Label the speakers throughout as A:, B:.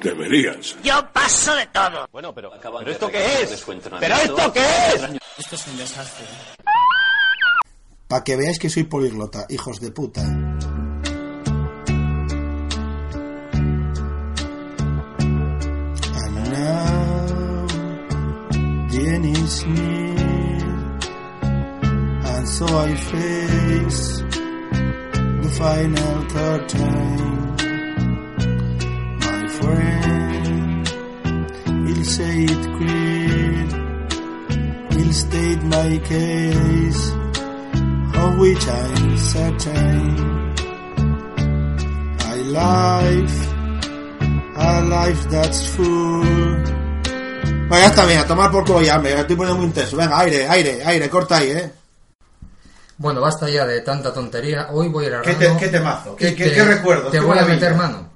A: deberías.
B: Yo paso de todo.
C: Bueno, pero, ¿pero esto qué es? ¿Pero
B: esto qué es?
D: Esto es un desastre.
E: Para que veáis que soy poliglota, hijos de puta. Jenny Smith And so I face the final curtain My friend, he'll say it clear He'll state my case Of which I'm certain I live a life that's full
F: Venga, está bien, a tomar por culo ya, me estoy poniendo muy intenso. Venga, aire, aire, aire, corta ahí, eh.
G: Bueno, basta ya de tanta tontería. Hoy voy a ir a
F: ¿Qué, te, ¿Qué temazo? ¿Qué, qué, qué recuerdo?
G: Te
F: ¿Qué
G: voy a
F: maravilla?
G: meter mano.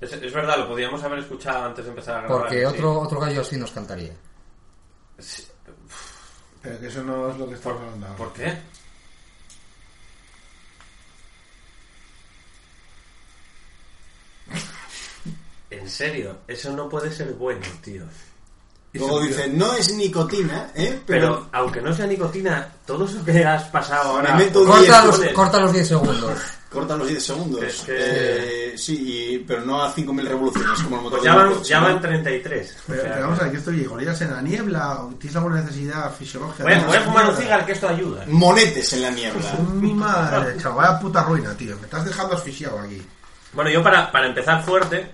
C: Es, es verdad, lo podíamos haber escuchado antes de empezar a grabar.
G: Porque
C: sí.
F: Ah,
G: otro, otro gallo así nos cantaría.
C: Sí.
F: Pero que eso no es lo que estamos hablando. ahora.
C: ¿Por qué? En serio, eso no puede ser bueno, tío.
D: Luego dicen, no es nicotina, ¿eh?
C: Pero
D: Pero,
C: aunque no sea nicotina, todo eso que has pasado ahora.
D: Me meto
C: Joder,
G: Corta los,
C: joder.
G: corta los 10 segundos.
D: corta los 10 segundos.
C: Es que-
D: Eh, sí, y- pero no a 5.000 revoluciones como el motor
C: Pues
D: de
C: ya
D: un
C: van,
D: coche,
C: ya
D: ¿no?
C: van 33.
F: Pero,
C: O sea,
F: pero vamos a ver, que esto oye, gorillas en la niebla, o tienes alguna necesidad fisiológica.
C: Voy a, voy a
F: Tienes
C: fumar un
F: mierda.
C: cigarro que esto ayuda.
D: Monetes en la niebla.
F: Mi madre, chaval, vaya puta ruina, tío. Me estás dejando asfixiado aquí.
C: Bueno, yo para, para empezar fuerte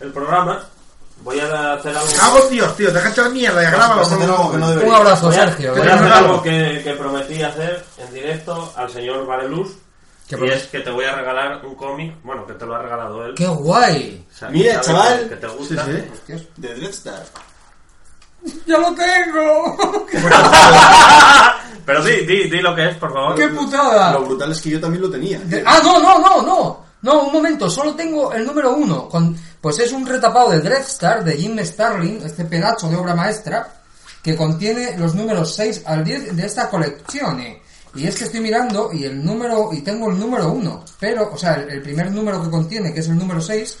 C: el programa, voy a hacer algo.
H: Ah,
F: ¡Cago, tío, tío! ¡Te has hecho mierda! ¡Ya graba!
D: Vas a hacer algo que no
G: Un
D: deberías.
G: abrazo,
C: Voy a,
G: Sergio.
C: voy a
G: ¿eh?
C: hacer
F: regalo.
C: algo que, que prometí hacer en directo al señor Vareluz.
G: ¿Qué
C: Y
G: promet-
C: es que te voy a regalar un cómic, bueno, que te lo ha regalado él.
G: ¡Qué guay!
C: O sea,
D: Mira,
C: sabes
D: chaval.
C: Que te
F: Sí,
C: gusta.
F: sí.
D: De Dreadstar.
G: ¡Ya lo tengo!
C: Pero sí, di, di lo que es, por favor.
G: ¡Qué putada!
D: Lo brutal es que yo también lo tenía.
G: De- ¡Ah, no, no, no, no! No, un momento, solo tengo el número uno. Con, pues es un retapado de Dreadstar de Jim Starling, este pedazo de obra maestra, que contiene los números 6 al 10 de esta colección. eh. Y es que estoy mirando y el número, y tengo el número uno, pero, o sea, el, el primer número que contiene, que es el número 6,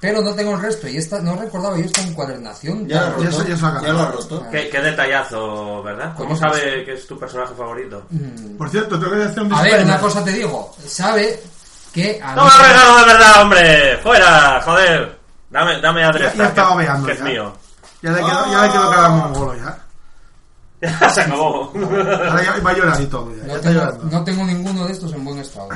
G: pero no tengo el resto. Y esta, no recordaba yo esta encuadernación.
C: ah,
D: Ya lo
F: Ya
D: roto.
F: se- ya se lo ha ganado.
D: Ya lo ha roto.
C: Qué, qué detallazo, ¿verdad? ¿Cómo
G: Coño,
C: sabe que es tu personaje favorito?
F: Por cierto, tengo que hacer un
G: A ver,
F: disclaimer.
G: una cosa te digo, sabe que a
C: ¡Toma
G: mí-
C: regalo de verdad, hombre! ¡Fuera! ¡Joder! Dame, dame a
F: Ya,
C: Drestar,
F: ya estaba
C: que-
F: veando.
C: que es
F: ya.
C: mío.
F: Ya le quedó, ya le quedó cara al mongolo, ya.
C: Ya se acabó.
F: Ahora ya va a llorar y todo, ya. ya
G: no
F: está
G: tengo,
F: llorando.
G: no tengo ninguno de estos en buen estado.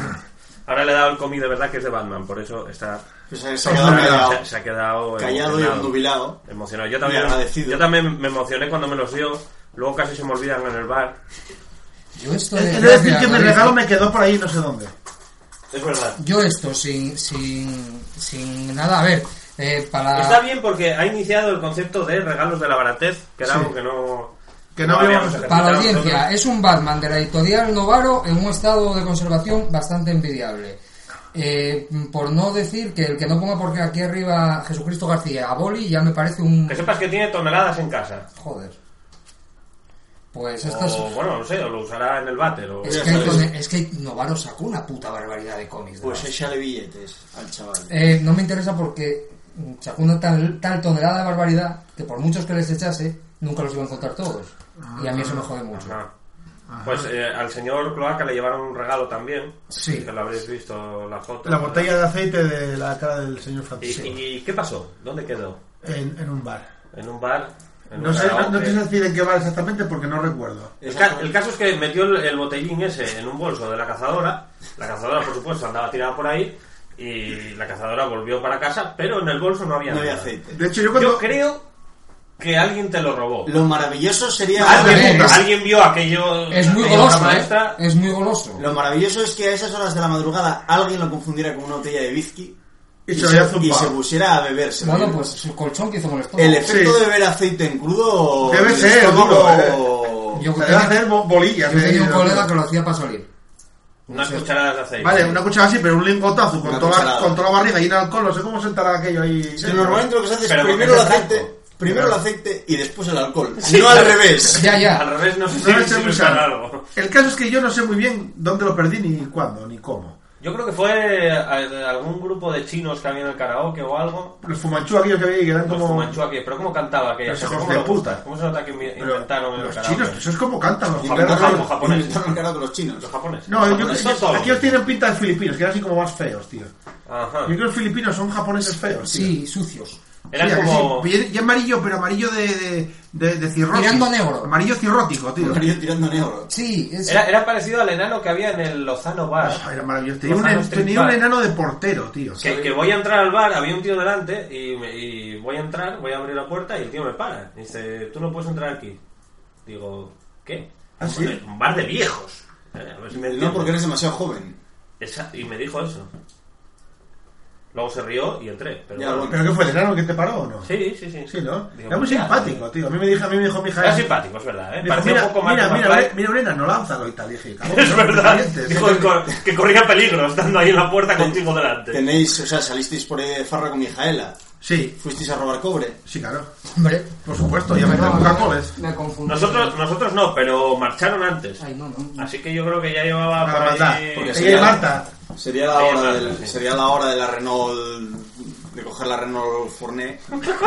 C: Ahora le he dado el cómic de verdad que es de Batman, por eso está.
D: Pues se- se ha quedado callado.
C: se- se ha quedado
D: Callado y
C: emocionado.
D: ondubilado.
C: Emocionado. Yo también,
D: Y agradecido.
C: yo también me emocioné cuando me los dio. Luego casi se me olvidan en el bar.
G: Yo esto
F: He
G: de-
F: he de decir
G: gracias,
F: que mi
G: Gabriel.
F: regalo me quedó por ahí no sé dónde.
C: Es verdad.
G: Yo esto sin sin sin nada, a ver, eh, para
C: Está bien porque ha iniciado el concepto de regalos de la baratez, que era
F: Sí.
C: algo que no.
F: Que no habíamos-
C: ejercitado
G: para la
C: nosotros.
G: audiencia, es un Batman de la editorial Novaro en un estado de conservación bastante envidiable. Eh, por no decir que el que no ponga porque aquí arriba Jesucristo García a Boli ya me parece un
C: Que sepas que tiene toneladas en casa.
G: joder. Pues estas
F: Oh.
C: O bueno, no sé, o lo usará en el váter. O...
G: es
D: ya
G: que, hay
D: sabes.
G: con- es que Novaro sacó una puta barbaridad de cómics. de
D: Pues
G: verdad.
D: échale billetes al chaval.
G: Eh, no me interesa porque sacó una tal, tal tonelada de barbaridad que por muchos que les echase, nunca los iban a contar todos. Y a mí eso me jode mucho.
C: Ajá. Pues eh, al señor Cloaca le llevaron un regalo también.
G: Sí.
C: Que lo habréis visto la foto.
F: La botella de aceite de la cara del señor
C: ¿Y,
F: Francisco.
C: y qué pasó? ¿Dónde quedó?
F: En, en un bar.
C: ¿En un bar? ¿En
F: No
C: un
F: sé, no, no
C: karaoke? Eh,
F: te sé decir en qué bar exactamente porque no recuerdo.
C: El, ca- el caso es que metió el, el botellín ese en un bolso de la cazadora. La cazadora, por supuesto, andaba tirada por ahí. Y la cazadora volvió para casa, pero en el bolso no había
D: No había
C: nada.
D: aceite.
F: De hecho, yo cuando.
C: Yo creo que alguien te lo robó.
D: Lo maravilloso sería.
H: Ah,
C: ¿Alguien,
G: Hombre, es-
C: alguien vio aquello.
G: Es muy
C: aquella obra
G: goloso, ¿eh?
C: maestra?
G: Es muy goloso.
D: Lo maravilloso es que a esas horas de la madrugada alguien lo confundiera con una botella de whisky
H: Y
D: y
H: se había
D: se, y se
H: zumbado.
D: pusiera a beberse.
G: Bueno, pues su colchón que hizo con el estómago.
D: El efecto
H: Sí.
D: de beber aceite en crudo.
H: Debe
D: el
H: ser duro, eh.
D: estómago-
G: Yo
H: Se debe
G: tenía,
H: hacer bo- bolillas.
G: yo
H: eh,
G: tenía un
H: eh,
G: colega que lo hacía para salir.
C: Unas cucharadas de aceite.
H: Vale, una cuchara así, pero un lingotazo con
D: Una
H: toda, la,
D: cucharada.
H: con toda la barriga llena de alcohol. No sé cómo sentará aquello ahí.
D: Es que normalmente lo que se hace es
C: Pero
D: primero el
C: porque es
D: aceite,
C: blanco.
D: primero el
H: Claro.
D: aceite y después el alcohol. no al revés.
G: Ya,
C: Al
G: ya.
C: revés no
H: No me
C: sé
H: sé
C: si es
H: usar.
C: algo.
H: El caso es que yo no sé muy bien dónde lo perdí, ni cuándo, ni cómo.
C: Yo creo que fue a- algún grupo de chinos que había en el karaoke o algo.
H: Los fumanchú aquellos que había que eran
C: Los
H: como...
C: Fumanchu aquí, pero ¿cómo cantaba aquella
H: Los
C: gente?
H: hijos
C: ¿Cómo
H: de
C: lo gusta?
H: puta.
C: ¿Cómo se nota que invi-
H: Pero
C: inventaron en el
H: los
C: karaoke?
H: chinos, eso es como cantan los
C: Inventaron
H: japoneses.
C: los japoneses.
D: Inventaron el karaoke los chinos.
C: Los japoneses.
H: No, yo creo
C: Son
H: que
C: todos.
H: aquellos tienen pinta de filipinos, que eran así como más feos, tío.
C: Ajá.
H: Yo creo que los filipinos son japoneses feos, tío.
G: Sí, sucios.
C: Eran
H: Mira, que
C: como...
H: sí, bien, ya amarillo, pero amarillo de, de, de, de cirrosis.
G: Tirando a negro.
H: Amarillo cirrótico, tío.
D: Amarillo tirando negro.
G: Sí, es...
C: Era, era parecido al enano que había en el Lozano Bar.
H: Ah, era maravilloso. Tenía un,
C: Lozano Street
H: tenía un
C: Bar.
H: enano de portero, tío.
C: Que, que voy a entrar al bar, había un tío delante y, me- y voy a entrar, voy a abrir la puerta y el tío me para. Me dice, tú no puedes entrar aquí. Digo, ¿qué?
H: ¿Ah, sí?
C: Joder, Un bar de viejos. Eh, a ver si me entiendes.
D: No porque eres demasiado joven.
C: Esa- y me dijo eso. Luego se rió y entré. Pero
D: Ya,
C: bueno.
D: bueno.
H: ¿Pero qué fue? ¿El enano que te paró o no?
C: Sí, sí, sí.
H: Sí, ¿no?
C: Digo,
H: Era muy
C: "Mira".
H: simpático, tío. A mí me dijo, a mí me dijo mi hija...
C: Era simpático, es verdad, ¿eh?
H: Dijo,
C: Parecía
H: mira,
C: un poco más
H: mira, mira,
C: McFly.
H: mira, mira, Lorena, no lánzalo y tal. Y dije, cabrón,
C: Es
H: no me
C: verdad.
H: calientes.
C: Dijo que cor- que corría peligro estando ahí en la puerta contigo delante.
D: Tenéis, o sea, salisteis por ahí de farra con mi Jaela.
H: Sí,
D: Fuisteis a robar cobre.
H: sí, claro.
G: Hombre.
H: Por supuesto, ya me
G: No,
H: coca coles
G: me confundí.
C: Nosotros, ¿Ah, nosotros no, pero marcharon antes.
G: Ay, no, no.
C: Así que yo creo que ya llevaba
H: Para
C: por
H: matar.
C: ahí-
D: Porque
H: Ella
D: sí,
H: y
D: claro.
H: Marta.
D: Sería la
C: Sí,
D: hora
C: claro,
D: del,
C: sí.
D: sería la hora de la Renault de coger la Renault Fournet para ir,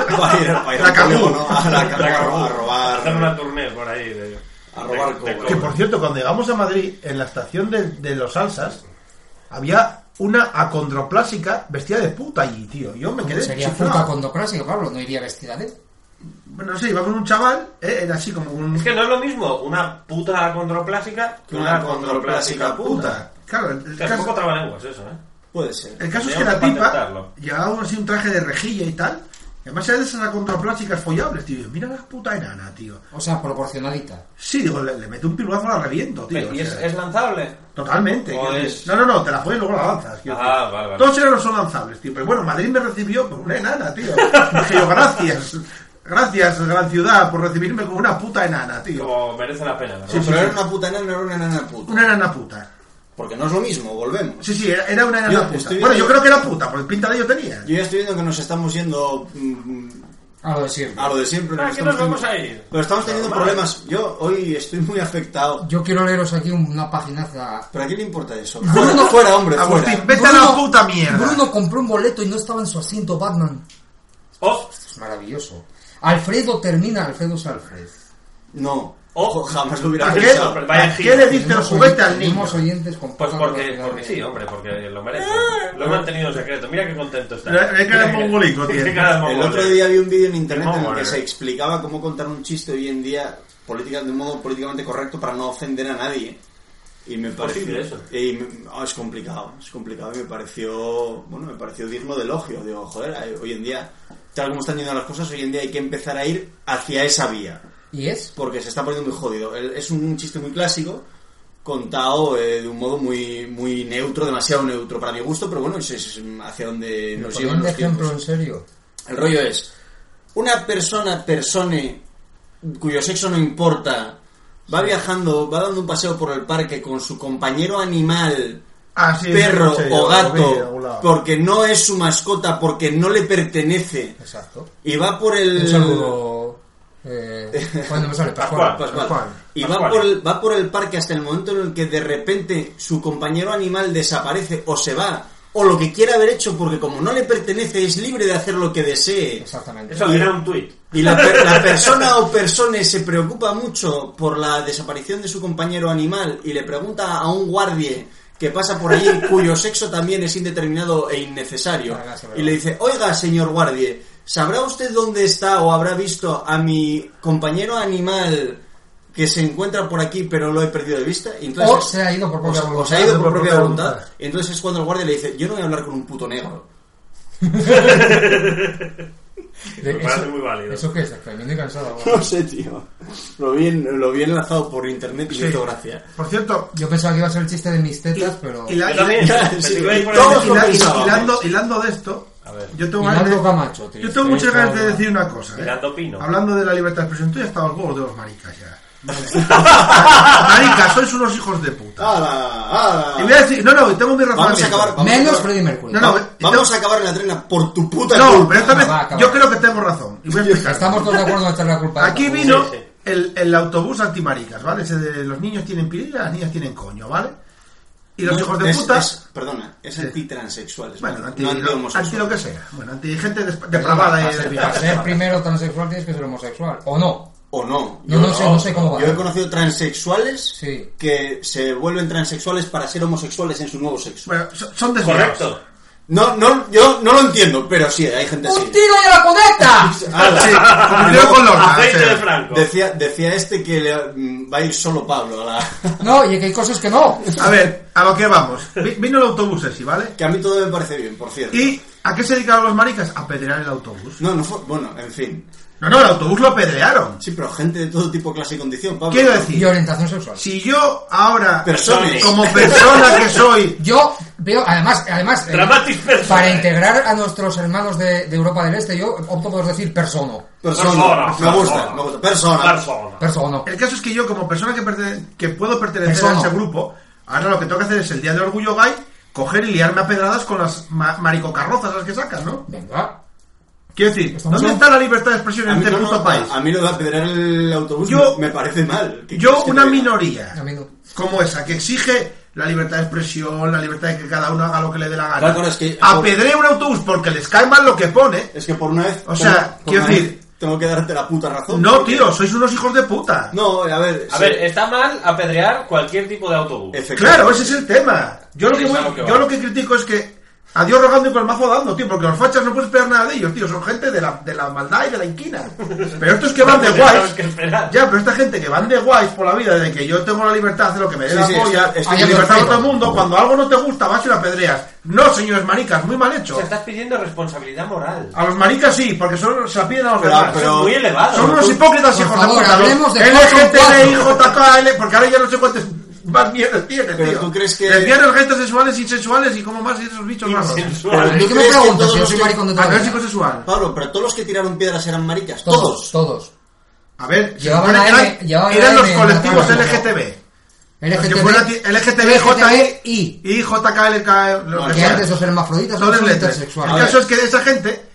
D: para ir
H: La
D: al
H: Cagú.
D: polígono, a la
C: La
D: Cagú, a
C: Cagú. Hacer una
D: robar eh,
C: tournée por ahí. de-
D: a robar
C: de- de
D: cobre.
H: Que por cierto, cuando llegamos a Madrid, en la estación de, de los Salsas, había una acondroplásica vestida de puta allí, tío. Yo me quedé
G: Sería
H: chiflado.
G: puta condocrásico, Pablo. No iría vestida de...
H: Bueno, no sé, iba con un chaval, eh, era así como un...
C: Es que no es lo mismo una puta condroplásica que una,
D: Una condroplásica
C: condroplásica puta.
H: puta. Claro, el, el
C: Es un poco
H: caso,
C: trabalenguas eso, ¿eh?
D: Puede ser.
H: el caso es que
C: Tenemos
H: la
C: que
H: pipa
C: patentarlo.
H: llevaba así un traje de rejilla y tal. Y además era de esas acondroplásicas follables, tío. Y Mira la puta enana, tío.
G: O sea, proporcionadita.
H: Sí, digo, le, le meto un piruazo la reviento, tío.
C: ¿Y
H: o
C: es,
H: sea,
C: es lanzable?
H: Totalmente.
C: o
H: quiero
C: es-
H: decir, No, no, no, te la pones y luego la lanzas. quiero
C: Ah,
H: decir.
C: vale, vale.
H: Todos eran los son lanzables, tío. Pero bueno, Madrid me recibió con una enana, tío. Dije yo, gracias. Gracias, gran ciudad, por recibirme con una puta enana, tío.
C: Como merece la pena, ¿verdad?
D: Sí, pero era una puta nana, no era una nana puta.
H: Una enana puta.
D: Porque no es lo mismo, volvemos.
H: Sí, sí, era, era una enana
D: Yo
H: puta.
D: estoy
H: Bueno,
D: viendo-
H: yo creo que era puta, porque pinta de ello tenía.
D: Yo ya estoy viendo que nos estamos yendo mm,
G: A lo de siempre.
D: a lo de siempre.
C: Ah, que nos
D: estamos
C: vamos a ir.
D: Pero estamos teniendo
C: Normal.
D: problemas. Yo hoy estoy muy afectado.
G: Yo quiero leeros aquí una paginaza.
D: ¿Pero a quién le importa eso? Fuera, fuera hombre,
H: Agustín,
D: fuera.
H: vete a la puta mierda.
G: Bruno compró un boleto y no estaba en su asiento Batman.
C: O,
G: Es maravilloso. Alfredo termina, Alfredo es Alfred.
D: No.
C: Ojo.
D: Ojo, jamás lo
H: ¿A
D: hubiera
H: qué,
D: pensado.
C: Vaya
H: a
C: giro.
H: qué le diste el juguete al niño?
G: Tenemos oyentes con
C: pues
G: poca
C: porque,
G: capacidad
C: porque
G: de-
C: sí, hombre, porque lo merece. Lo he mantenido en secreto. Mira qué contento está.
H: Ah, Mira- mira que era mongolico, tío.
C: Mira que era
D: El
C: mongolico.
D: otro día vi un vídeo en internet en el
C: Vamos,
D: que
C: eh.
D: se explicaba cómo contar un chiste hoy en día política, de un modo políticamente correcto para no ofender a nadie. Y me pareció.
C: posible eso?
D: y me- ah, es complicado, es complicado. Y me pareció. Bueno, me pareció digno de elogio. Digo, joder, hay- hoy en día, tal como están yendo las cosas, hoy en día hay que empezar a ir hacia esa vía.
G: ¿Y es?
D: Porque se está poniendo muy jodido. El- Es un chiste muy clásico, contado eh, de un modo muy muy neutro, demasiado neutro para mi gusto, pero bueno, es, es hacia donde nos
G: Por
D: llevan
G: un
D: los
G: ejemplo,
D: tiempos.
G: en serio.
D: El rollo es, una persona, persone, cuyo sexo no importa, va viajando, va dando un paseo por el parque con su compañero animal,
H: Ah, sí,
D: perro
H: sí,
D: o
H: lo vi en algún
D: gato,
H: lado.
D: porque no es su mascota, porque no le pertenece,
G: Exacto.
D: y va por el...
G: Un saludo. Eh, ¿Cuándo me sale? Pascual.
C: Pascual,
D: Pascual.
G: Pascual.
D: Y
C: Pascual.
D: va por, el, va por el parque hasta el momento en el que de repente su compañero animal desaparece o se va, o lo que quiera haber hecho, porque como no le pertenece es libre de hacer lo que desee.
G: Exactamente.
C: Eso era un tuit.
D: Y la, per- la persona o persona se preocupa mucho por la desaparición de su compañero animal y le pregunta a un guardia que pasa por allí cuyo sexo también es indeterminado e innecesario.
G: Ah, sí,
D: Y le dice, oiga, señor guardia, ¿sabrá usted dónde está o habrá visto a mi compañero animal que se encuentra por aquí pero lo he perdido de vista? Y entonces,
G: O se ha ido por propia
D: o se-
G: voluntad.
D: o se ha ido por
H: Por
D: propia
H: propia
D: voluntad.
H: voluntad.
D: Y entonces es cuando el guardia le dice, yo no voy a hablar con un puto negro.
G: De-
C: Me parece muy válido.
G: ¿Eso qué es? Femenino y cansado.
D: No sé, tío. Lo vi, en- lo vi enlazado por internet y
H: Sí.
D: me hizo gracia.
H: Por cierto,
G: Yo pensaba que iba a ser el chiste de mis tetas, pero...
H: y la-
C: Yo también.
D: Ya,
C: pensé
D: sí.
C: que iba a ir por
D: Todos
C: ahí.
D: lo
H: Hila-
D: pensaba.
H: hilando, hilando de esto,
C: joder.
H: Yo tengo, ganas
G: Leonardo
H: de-
G: Camacho, tío.
H: yo tengo muchas ganas de decir una cosa. ¿eh?
C: Mirando Pino.
H: Hablando de la libertad de expresión, estoy hasta los huevos de los maricas ya. maricas, sois unos hijos de puta.
D: ¡Hala!
H: Y voy a decir, no, no, tengo mi
D: Vamos a
H: razonamiento.
D: acabar. Vamos a
G: Menos
D: acabar-
G: Freddie Mercury.
H: No, no,
D: va- Vamos a acabar en la trena por tu puta
H: No,
D: culpa.
H: pero esta vez
G: Va, acaba.
H: yo creo que tengo razón. Y voy a explicar.
G: Estamos todos de acuerdo en echar la culpa. a
H: Aquí
G: esta.
H: vino
C: Sí, sí.
H: El, el autobús antimaricas, ¿vale? Ese de los niños tienen pirilla, las niñas tienen coño, ¿vale? Y los
D: No,
H: hijos de
D: es-
H: puta.
D: es- perdona, es antitransexual. es
H: Bueno,
D: no
H: anti, lo,
D: antihomosexual.
H: anti lo que sea. Bueno, anti gente des- depravada ¿eh?
G: Para
H: y
G: ser-
H: desviada.
G: para ser primero transexual tienes que ser homosexual. ¿O no?
D: O no.
G: No, no sé, no sé cómo va.
D: Yo he conocido transexuales
G: Sí.
D: que se vuelven transexuales para ser homosexuales en su nuevo sexo.
H: Bueno, son son desviados.
C: Correcto.
D: No, no, yo no lo entiendo, pero sí, hay gente así.
G: ¡Un tiro y a la cuneta!
D: Ala.
H: Ah, Sí, cumplió con Lorca. o
C: Aceite
H: sea.
C: de Franco.
D: Decía, decía este que le- mm, va a ir solo Pablo a la...
G: No, y que hay cosas que no.
H: A ver, a lo que vamos. Vi- Vino el autobús ese, ¿vale?
D: Que a mí todo me parece bien, por cierto.
H: ¿Y a qué se dedicaron los maricas? A pedrear el autobús.
D: No, no fue... Bueno, en fin.
H: No, no, el autobús lo apedrearon.
D: Sí, pero gente de todo tipo, clase y condición, Pablo.
H: Quiero decir-
G: Y orientación sexual.
H: Si yo ahora,
D: Personas.
H: como persona que soy,
G: Yo veo, además, además, eh,
C: Dramatis personae.
G: para integrar a nuestros hermanos de, de Europa del Este, yo opto por decir persona.
D: Persona.
C: Persona,
D: me gusta,
C: persona.
D: me gusta. Persona.
C: Persona.
G: Persona.
H: El caso es que yo, como persona que, pertene- que puedo pertenecer a
G: Persona.
H: ese grupo, ahora lo que tengo que hacer es el día del orgullo gay, coger y liarme a pedradas con las ma- maricocarrozas las que sacan, ¿no?
G: Venga.
H: Quiero decir,
G: Estamos
H: ¿dónde
G: en-
H: está la libertad de expresión
D: A
H: en
D: mí,
H: este
D: no, no,
H: puto
D: a-
H: país?
D: a mí lo de apedrear el autobús
H: Yo-
D: me parece mal. ¿Qué
H: Yo,
D: quieres que
H: una
D: te diga?
H: minoría
G: Amigo.
H: como esa, que exige la libertad de expresión, la libertad de que cada uno haga lo que le dé la
D: Claro,
H: gana,
D: claro, es que-
H: apedrea un autobús porque les cae mal lo que pone.
D: Es que por una vez.
H: O sea,
D: por
H: quiero
D: una vez
H: decir-
D: Tengo que darte la puta razón.
H: No,
D: porque-
H: tío, sois unos hijos de puta.
D: No, a ver.
C: A
D: sí,
C: ver, está mal apedrear cualquier tipo de autobús.
D: efectivamente.
H: Claro, ese es el tema. Yo lo que,
C: Es
H: voy-
C: a lo que
H: yo
C: va.
H: lo que critico es que a Dios rogando y con el mazo dando, tío, porque los fachas no puedes esperar nada de ellos, tío, son gente de la, de la maldad y de la inquina. Pero estos que van de
C: No
H: guays,
C: tenemos que esperar.
H: ya, pero esta gente que van de guays por la vida, de que yo tengo la libertad de hacer lo que me dé
D: Sí,
H: la
D: sí,
H: polla,
D: estoy- estoy
H: y libertad a
G: perfecto.
H: todo el mundo, cuando algo no te gusta vas y lo apedreas. No, señores maricas, muy mal hecho.
C: O sea, estás pidiendo responsabilidad moral.
H: A los maricas sí, porque son, se la piden a los
D: Pero-
H: demás.
D: pero-
C: Eso es muy elevado.
H: Son unos
C: Tú-
G: Ah,
H: hipócritas,
G: por
H: hijos
G: favor,
H: de puta.
G: hablemos de
H: LGTBI,
G: cuatro
H: JK, L, porque ahora ya no sé cuántos más mierdas tienen,
D: Pero
H: tío.
D: tú crees que-
H: Desvían los gestos sexuales y sexuales y cómo más y esos bichos raros.
G: ¿A mí
C: Insensual.
G: qué me
D: crees que
G: preguntas
D: todos
G: si yo
D: los
G: soy
D: que-
G: maricón de
H: A
G: toda la
H: ver,
G: vida?
H: psicosexual.
D: Pablo, pero todos los que tiraron piedras eran maricas.
G: Todos,
D: Todos.
G: todos.
H: A ver, se
G: Llevaban
H: supone que
G: la M,
H: eran-
G: llevaban la
H: eran los
G: M en la
H: colectivos
G: cara.
H: LGTB. Los que
G: LGTB,
H: fueran ti- LGTB,
G: LGTBI.
H: E y JKLK, lo que
G: Que
H: sea.
G: antes los hermafroditas
H: Son
G: ahora
H: las
G: son
H: letras. El
G: intersexuales.
H: caso es que esa gente,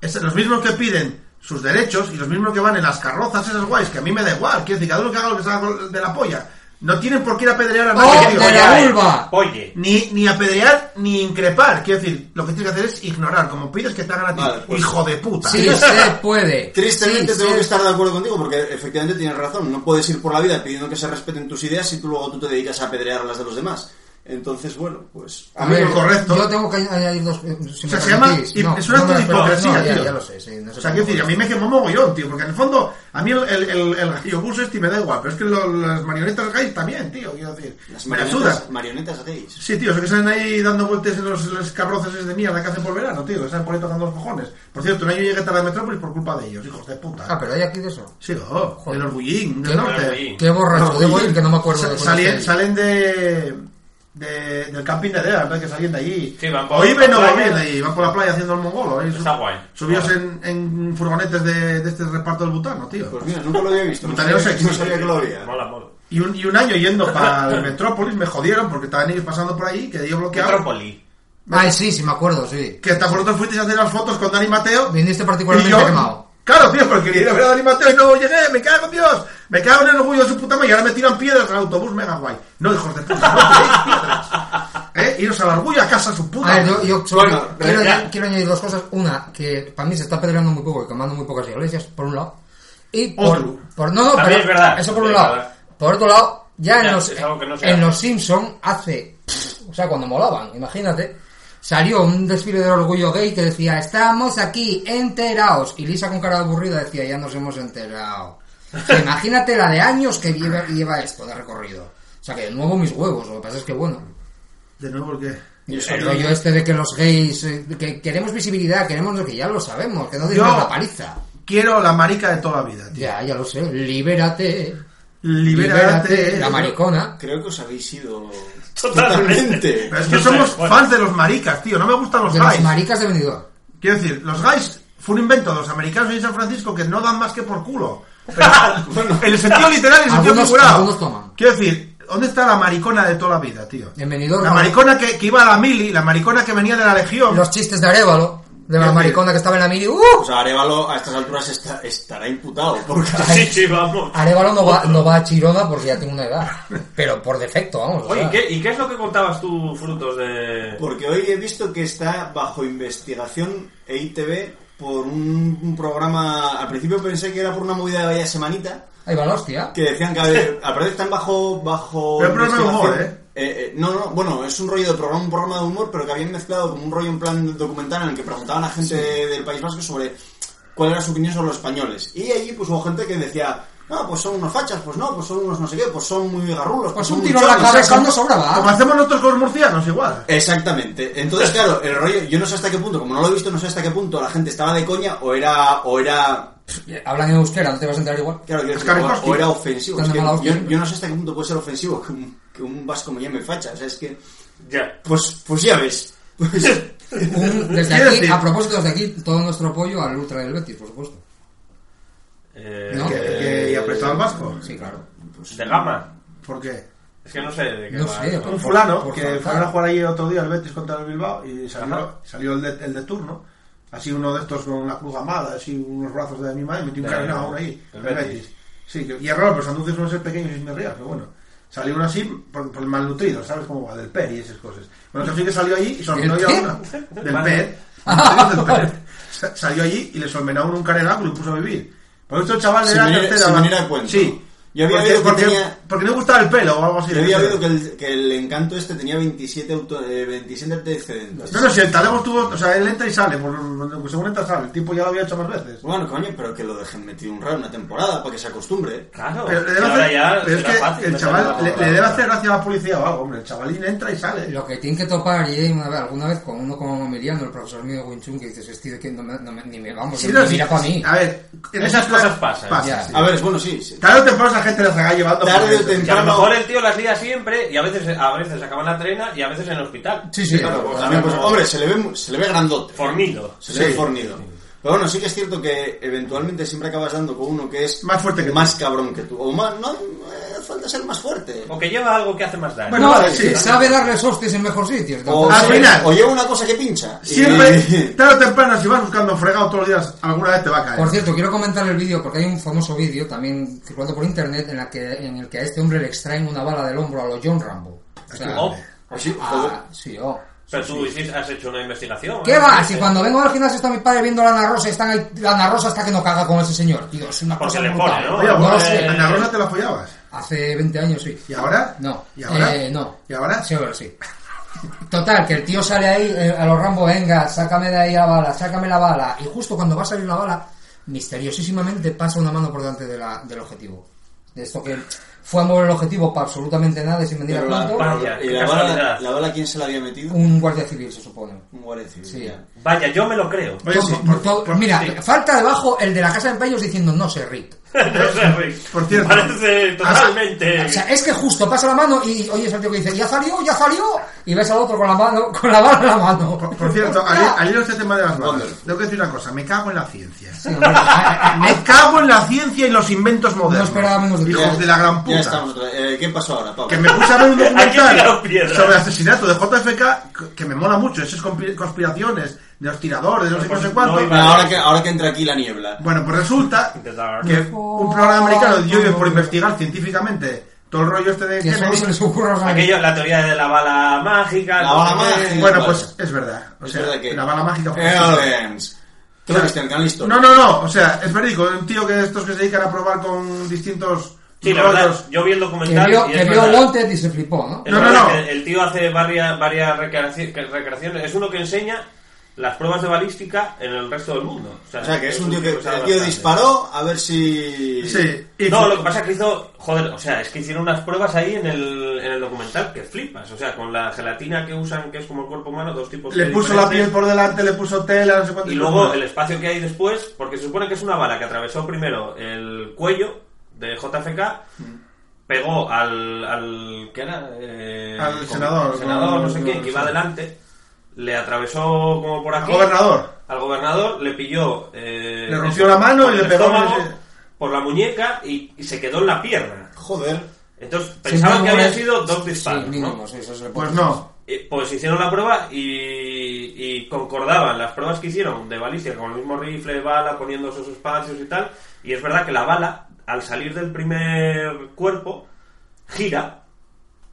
H: es los mismos que piden sus derechos y los mismos que van en las carrozas esas guays, que a mí me da igual, quiero decir, cada uno que haga lo que se haga de la polla, no tienen por qué ir a apedrear a nadie.
G: ¡Oh,
H: tío.
G: de la vulva!
C: Oye,
H: Ni, ni apedrear ni increpar, quiero decir, lo que tienes que hacer es ignorar, como pides que te hagan a ti,
D: Vale, pues-
H: hijo de puta.
G: Sí se puede.
D: Tristemente
G: Sí
D: tengo
G: se-
D: que estar de acuerdo contigo porque efectivamente tienes razón. No puedes ir por la vida pidiendo que se respeten tus ideas si tú luego tú te dedicas a apedrear las de los demás. Entonces, bueno, pues.
G: A
H: mí
G: ver,
H: lo correcto.
G: Yo tengo que añadir dos. eh, si
H: O
G: me
H: sea, se llama-
G: permitís.
H: y-
G: No,
H: es un acto
G: no,
H: de
G: pero-
H: hipocresía,
G: no, ya-
H: tío.
G: Ya lo sé, sí. no sé
H: O sea,
G: cómo-
H: quiero decir, a mí me quemó mogollón, tío, porque en el fondo, a mí el, el, el, el gallo bus este me da igual, pero es que lo- las marionetas gays también, tío, quiero decir,
D: Las
H: me la sudan.
D: marionetas, marionetas gays.
H: Sí, tío, eso que salen ahí dando vueltas en los, en los carrozas esos de mierda que hacen por verano, tío, que salen por ahí tocando los cojones. Por cierto, un año llegué tarde a Metrópolis por culpa de ellos, hijos de
G: Ah,
H: puta.
G: pero hay aquí de eso.
H: Sí, oh,
G: Joder.
H: el orgullín
G: Qué
H: del norte.
C: orgullín.
G: Qué borracho, debo ir que no me acuerdo
H: Sa-
G: de conocer.
H: Salien- Salen de, de- del camping de Dea, ¿verdad? Que salían de allí.
C: Sí, van por
H: Hoy ven
C: la
H: o
C: playa.
H: bien de ahí, van por la playa haciendo el mongolo. ahí
C: Está guay.
H: Subidos
C: Guay.
H: en, en furgonetes de, de este reparto del butano, tío.
D: Pues mira, nunca lo había visto. No
H: Putadero
D: sabía, no
H: sexy.
D: sabía que lo había.
C: mola, mola.
H: Y un, y un año yendo para el Metrópolis me jodieron porque estaban ellos pasando por ahí, que yo bloqueado.
C: Metrópoli.
G: Ay, Ah, sí, sí, me acuerdo, sí.
H: Que hasta vosotros fuisteis a hacer las fotos con Dani Mateo.
G: Viniste
H: Y
G: particularmente
H: yo-
G: quemado.
H: Claro, tío, porque quería ir a ver a Dani Mateo y no llegué, me cago en Dios, me cago en el orgullo de su puta madre y ahora me tiran piedras al autobús mega guay. No, hijos de puta, no tiréis piedras. ¿Eh? Iros al orgullo a casa su puta.
G: A ver, yo,
H: madre.
G: yo solo
D: Bueno,
G: quiero,
C: Ah, ya.
G: añadir- quiero añadir dos cosas. Una, que para mí se está peleando muy poco y quemando muy pocas iglesias, por un lado. Y por,
H: Otro.
G: por- no, no,
C: También
G: pero
C: es verdad.
G: eso por un
C: Es
G: lado.
C: verdad.
G: Por otro lado, ya,
C: Ya,
G: en los
C: es algo que no se
G: en
C: hace.
G: los Simpson hace, o sea, cuando molaban, imagínate, salió un desfile del orgullo gay que decía, "Estamos aquí enterados" y Lisa con cara de aburrida decía, "Ya nos hemos enterado." O sea, imagínate la de años que lleva, lleva esto de recorrido. O sea, que de nuevo mis huevos, lo que pasa es que bueno,
H: De nuevo, ¿por qué?
G: y el rollo este de que los gays, eh, que queremos visibilidad, queremos lo que ya lo sabemos, que no
H: Yo-
G: digas la paliza.
H: Quiero la marica de toda la vida, tío.
G: Ya, ya lo sé, libérate.
H: Libérate.
G: La maricona.
D: Creo que os habéis ido
C: Totalmente.
D: totalmente.
H: Pero es que somos
C: Bueno.
H: fans de los maricas, tío, no me gustan los
G: De los
H: gays.
G: maricas de venidor.
H: Quiero decir, los gays fue un invento de los americanos en San Francisco que no dan más que por culo. Pero, en el sentido literal y en el sentido
G: Algunos-
H: figurado.
G: algunos toman.
H: Quiero decir, ¿dónde está la maricona de toda la vida, tío?
G: En Benidorm,
H: La
G: ¿no?
H: maricona que, que iba a la mili, la maricona que venía de la legión.
G: Los chistes de Arevalo, de la
H: Yo
G: maricona que estaba en la mili. ¡Uh!
D: O sea, Arevalo a estas alturas está- estará imputado. Porque
C: Sí, sí, vamos.
G: Arevalo no va, no va a Chirona porque ya tiene una edad. Pero por defecto, vamos. o
C: Oye,
H: Ah.
G: sea.
C: ¿y qué, ¿y qué es lo que contabas tú, frutos de...?
D: Porque hoy he visto que está bajo investigación E EITB por un, un programa. Al principio pensé que era por una movida de vaya semanita.
G: Ahí va la hostia.
D: Que decían que a ver, al parecer están bajo. bajo
H: Pero el programa de humor,
D: investigación. Eh, eh, no, no, bueno, es un rollo de programa, un programa de humor, pero que habían mezclado como un rollo en plan documental en el que preguntaban a gente del País Vasco sobre cuál era su opinión sobre los españoles. Y allí pues hubo gente que decía, no, pues son unos fachas, pues no, pues son unos no sé qué, pues son muy garrulos,
G: Pues
D: son
G: un
D: muy
G: tiro en la Eh,
D: cholos". O sea,
G: cabeza
D: como-
G: no
H: Como
G: sobraba.
H: hacemos nosotros con los murcianos, igual.
D: Exactamente. Entonces, claro, el rollo, yo no sé hasta qué punto, como no lo he visto, no sé hasta qué punto la gente estaba de coña o era, o era,
G: Hablan en euskera, no te vas a enterar igual.
D: claro, quiero decir,
H: Escarikoski.
D: o, o era ofensivo.
G: Tan
D: Es que
G: mala hostia.
D: yo, yo no sé hasta qué punto puede ser ofensivo que un, que un vasco me llame facha. O sea, es que,
C: Ya.
D: pues, pues ya ves. Pues-
G: Un- desde
H: Quiero
G: aquí,
H: decir-
G: a propósito, desde aquí, todo nuestro apoyo al Ultra del Betis, por supuesto.
C: Eh,
G: No.
H: Que, que- y apretó al vasco.
G: Sí, claro.
C: ¿De gama?
H: ¿Por qué?
C: Es que no sé de qué
G: No
C: va.
G: sé.
H: Un fulano
G: por
H: que
G: faltar.
H: fueron a jugar ahí otro día el Betis contra el Bilbao y
C: Ajá.
H: salió, salió el, de, el de turno. Así uno de estos con la cruz amada, así unos brazos de mi madre, metió un
C: Claro.
H: carenado ahora ahí.
C: El
H: El
C: Betis.
H: Betis. Sí, que- y pues es raro, pero Santurce suelen ser pequeños y esmirrías, pero bueno. Salió uno así por, por el malnutrido, ¿sabes cómo va? Del PER y esas cosas. Bueno, así que salió allí y solmenó
G: ¿Del
H: ya
G: qué?
H: una. Del
C: Vale.
H: PER. Malnutrido del PER. Sa- Salió allí y le solmenó uno un carenado y lo puso a vivir. Por esto el chaval
D: Se
H: era
D: me viene-
H: tercera
D: se me
H: edad.
D: viene a cuento.
H: Sí.
D: Yo había
H: porque,
D: oído que
H: porque-
D: tenía-
H: porque no le gustaba el pelo o algo así.
D: yo había
H: no sé.
D: oído que el, que el encanto este tenía 27, auto- eh, 27 antecedentes.
H: No, no, si el Tadeo estuvo, o sea, él entra y sale, por, por- según entra sale, el tipo ya lo había hecho más veces.
D: Bueno, coño, pero que lo dejen metido un rato, una temporada, para que se acostumbre.
C: Claro.
H: Pero, le
C: que
H: debe
C: ahora
H: hacer-
C: ya
H: pero es
C: será
H: que
C: fácil
H: el
C: meter
H: chaval
C: la
H: le,
C: palabra.
H: le debe hacer gracia a la policía o algo, hombre, el chavalín entra y sale.
G: Lo que tiene que topar, y una vez, alguna vez, con uno como Miriano, el profesor mío de Winchun, que dices, este que no me, no me- ni me vamos,
H: Sí,
G: ni
H: no,
G: pues, me
H: sí, Ah,
G: mira para mí.
H: A ver, en
C: Esas
H: esa-
C: cosas pasan,
G: ya.
H: sí.
D: A ver, es bueno, sí. sí.
H: Tarde o temprano esa gente les acaba llevando. por
D: Tarde o
H: eso.
D: temprano.
C: Que a lo mejor el tío las lía siempre y a veces, a veces acaban la trena y a veces en el hospital.
G: Sí, sí.
C: Claro, pues,
D: También, pues, hombre, se le ve, mu- se le ve grandote.
C: Fornido.
D: Se le ve
H: Sí.
D: fornido. Pero bueno, sí que es cierto que eventualmente siempre acabas dando con uno que es
H: Más fuerte que tú.
D: más cabrón que tú. O más, no, no hace falta ser más fuerte.
C: O que lleva algo que hace más daño.
H: Bueno,
G: no,
H: vale, sí. Oh,
G: sabe darles hostias en mejor sitio.
D: O,
H: Al
D: sí,
H: final.
D: o lleva una cosa que pincha. Y-
H: Siempre, tarde o temprano, si vas buscando fregado todos los días, alguna vez te va a caer.
G: Por cierto, quiero comentar el vídeo porque hay un famoso vídeo también circulando por internet en, la que, en el que a este hombre le extraen una bala del hombro a los John Rambo. O sea,
C: Oh,
D: O sí, joder.
G: ah, sí, oh.
C: pero tú hiciste- has hecho una investigación.
G: ¿Qué
C: ¿eh?
G: va? Si cuando vengo al gimnasio está mi padre viendo la Ana Rosa y están ahí la Ana Rosa hasta que no caga con ese señor. Tío, es una
C: Porque
G: cosa
C: le
G: brutal. ¿eh?
C: pone, ¿no? pues, eh,
H: Oye,
C: No
H: bueno,
G: lo sé.
H: Ana Rosa te la follabas.
G: Hace 20 años sí.
H: ¿Y ahora?
G: No.
H: ¿Y ahora?
G: Eh, no.
H: ¿Y ahora?
G: Sí, ahora sí. Total, que el tío sale ahí eh, a los Rambo, venga, sácame de ahí la bala, sácame la bala. Y justo cuando va a salir la bala, misteriosísimamente pasa una mano por delante de la- del objetivo. De esto que fue a mover el objetivo para absolutamente nada y sin venir a
D: Pero la,
G: cuento.
C: Vaya,
D: y
C: qué
D: la
C: casualidad.
D: bala, la bala, ¿quién se la había metido?
G: Un guardia civil, se supone.
D: Un guardia civil.
G: Sí.
D: ya.
C: Vaya, yo me lo creo.
H: Oye, sí,
G: Todo-
H: por-
G: todo-
H: por-
G: mira,
C: sí.
G: falta debajo el de la casa de empeños diciendo no sé, Rick.
C: no sé, Rick.
H: Por cierto.
C: Parece totalmente.
G: O sea, es que justo pasa la mano y oyes al tío que dice, ya salió, ya salió, y ves al otro con la mano, con la bala en la mano.
H: Por, por cierto,
G: Hostia.
H: ayer, ayer este tema de las balas. Tengo que decir una cosa, me cago en la ciencia.
G: Sí, hombre, a- a-
H: Me cago en la ciencia y los inventos modernos.
G: No esperaba menos de ti.
H: Hijos de la gran
D: Ya
H: puta.
D: estamos otra vez. Eh, ¿Qué pasó ahora, Pablo?
H: Que me puse a ver un
C: Aquí tiraron
H: documental
C: piedras.
H: sobre el asesinato de JFK que me mola mucho. Esas conspi- conspiraciones de los tiradores, de no sé, qué, no sé cuánto.
C: Pues No iba
D: Bueno, ahora, que, ahora que entra aquí la niebla.
H: Bueno, pues resulta
C: The Dark.
H: que un programa americano de Julius por investigar científicamente todo el rollo este de
G: que solo
H: Kennedy.
G: se les ocurra a los
C: Aquello, la teoría de la bala mágica.
D: La
C: no
D: bala
C: sé qué.
D: mágica.
H: Bueno,
D: Vale.
H: pues es verdad. O
D: Es
H: sea,
D: verdad que-
H: la bala mágica.
C: Eh,
H: por ejemplo.
D: Aliens. ¿Tú lo viste en el canal History?
H: No, no, no. O sea, es verídico. Un tío que estos que se dedican a probar con distintos
C: Sí, la
H: rollos.
C: verdad, yo vi el
G: Que
C: documental.
G: vio,
C: y
G: que
C: es
G: vio
C: verdad.
G: Wanted y se flipó, ¿no?
C: Es
H: No, no,
C: verdad
H: no.
C: que El tío hace varias, varias recreaci- recreaciones. Es uno que enseña las pruebas de balística en el resto del mundo.
D: O sea, que es un tío que el
C: sabe
D: tío
C: bastante.
D: disparó a ver si...
H: Sí. y-
C: No, lo que pasa es que hizo, joder, o sea, es que hicieron unas pruebas ahí en el, en el documental que flipas, o sea, con la gelatina que usan, que es como el cuerpo humano, dos tipos
H: Le
C: de
H: puso la piel
C: diferentes,
H: por delante, le puso tela, no sé cuánto.
C: y luego el espacio que hay después, porque se supone que es una bala que atravesó primero el cuello de JFK, pegó al, al ¿qué era? Eh,
H: Al
C: con-
H: senador,
C: senador,
H: con-
C: no sé quién, que iba
H: sí.
C: adelante, le atravesó como por aquí,
H: Gobernador.
C: al gobernador le pilló. eh,
H: Le rompió la mano
C: por
H: y
C: el
H: le pegó en
C: estómago,
H: ese-
C: Por la muñeca y, y se quedó en la pierna.
D: Joder.
C: Entonces pensaban que
G: mínimo
C: habían
G: es-
C: sido dos
G: Sí,
C: disparos. ¿no?
G: mínimo, sí, eso se le puede
H: Pues no.
C: Eh, Pues hicieron la prueba y, y concordaban las pruebas que hicieron de balicia con el mismo rifle, bala, poniendo esos espacios y tal. Y es verdad que la bala, al salir del primer cuerpo, gira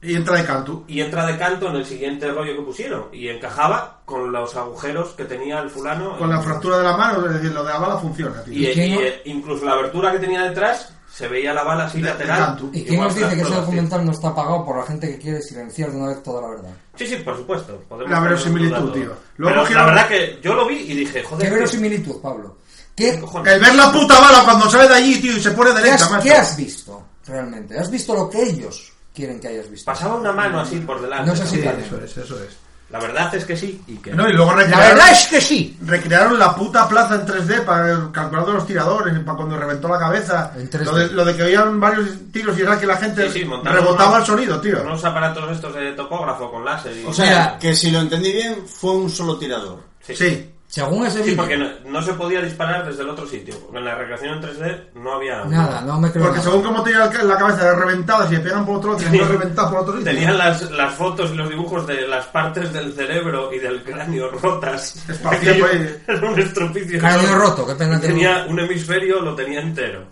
H: Y entra de canto.
C: y entra de canto en el siguiente rollo que pusieron. Y encajaba con los agujeros que tenía el fulano.
H: Con la fractura de la mano, es decir, lo de la bala funciona, tío.
C: Y,
G: ¿Y quién
C: y,
G: no-
C: eh, incluso la abertura que tenía detrás, se veía la bala así
H: De- de
C: lateral.
H: canto.
G: ¿Y quién
C: Igual
G: nos dice
C: las
G: que ese
C: pruebas, sí.
G: documental no está pagado por la gente que quiere silenciar de una vez toda la verdad?
C: Sí, sí, por supuesto. podemos
H: La
C: poner en
H: verosimilitud,
C: duda todo.
H: tío. Luego
C: Pero la
H: cogieron-
C: verdad que yo lo vi y dije, joder.
G: ¿Qué
C: tío,
G: verosimilitud, Pablo? ¿Qué,
C: cojones?
H: El ver la puta bala cuando sale de allí, tío, y se pone
G: qué
H: derecha,
G: has,
H: macho.
G: qué has visto realmente? ¿Has visto lo que ellos quieren que hayas visto?
C: Pasaba una mano así por delante.
G: No sé si-
H: Sí, eso es, eso es.
C: La verdad es que sí. Y que...
H: No, y luego
G: La
H: recrearon,
G: verdad es que sí.
H: recrearon la puta plaza en 3D para calcular los tiradores, para cuando reventó la cabeza.
G: En 3D.
H: Lo de, lo de que habían varios tiros y era que la gente
C: Sí, sí, montaron
H: rebotaba
C: unos-
H: el sonido, tío.
C: Unos aparatos estos de topógrafo con láser. Y...
D: O sea,
G: Mira.
D: que si lo entendí bien, fue un solo tirador.
C: sí.
H: sí.
G: Según ese
C: Sí,
G: vídeo.
C: porque no, no se podía disparar desde el otro sitio. porque En la recreación en 3D no había.
G: Nada, no me creo.
H: Porque
G: nada.
H: según cómo tenía el- la cabeza reventada, si le pegan por otro lado, tenían que reventar por otro sitio.
C: Tenían las, las fotos y los dibujos de las partes del cerebro y del cráneo rotas.
H: Esparcido
C: Aquello
H: ahí.
C: Era un estropicio.
G: Cráneo roto, qué pena
C: Y
G: que
C: Tenía un hemisferio, lo tenía entero.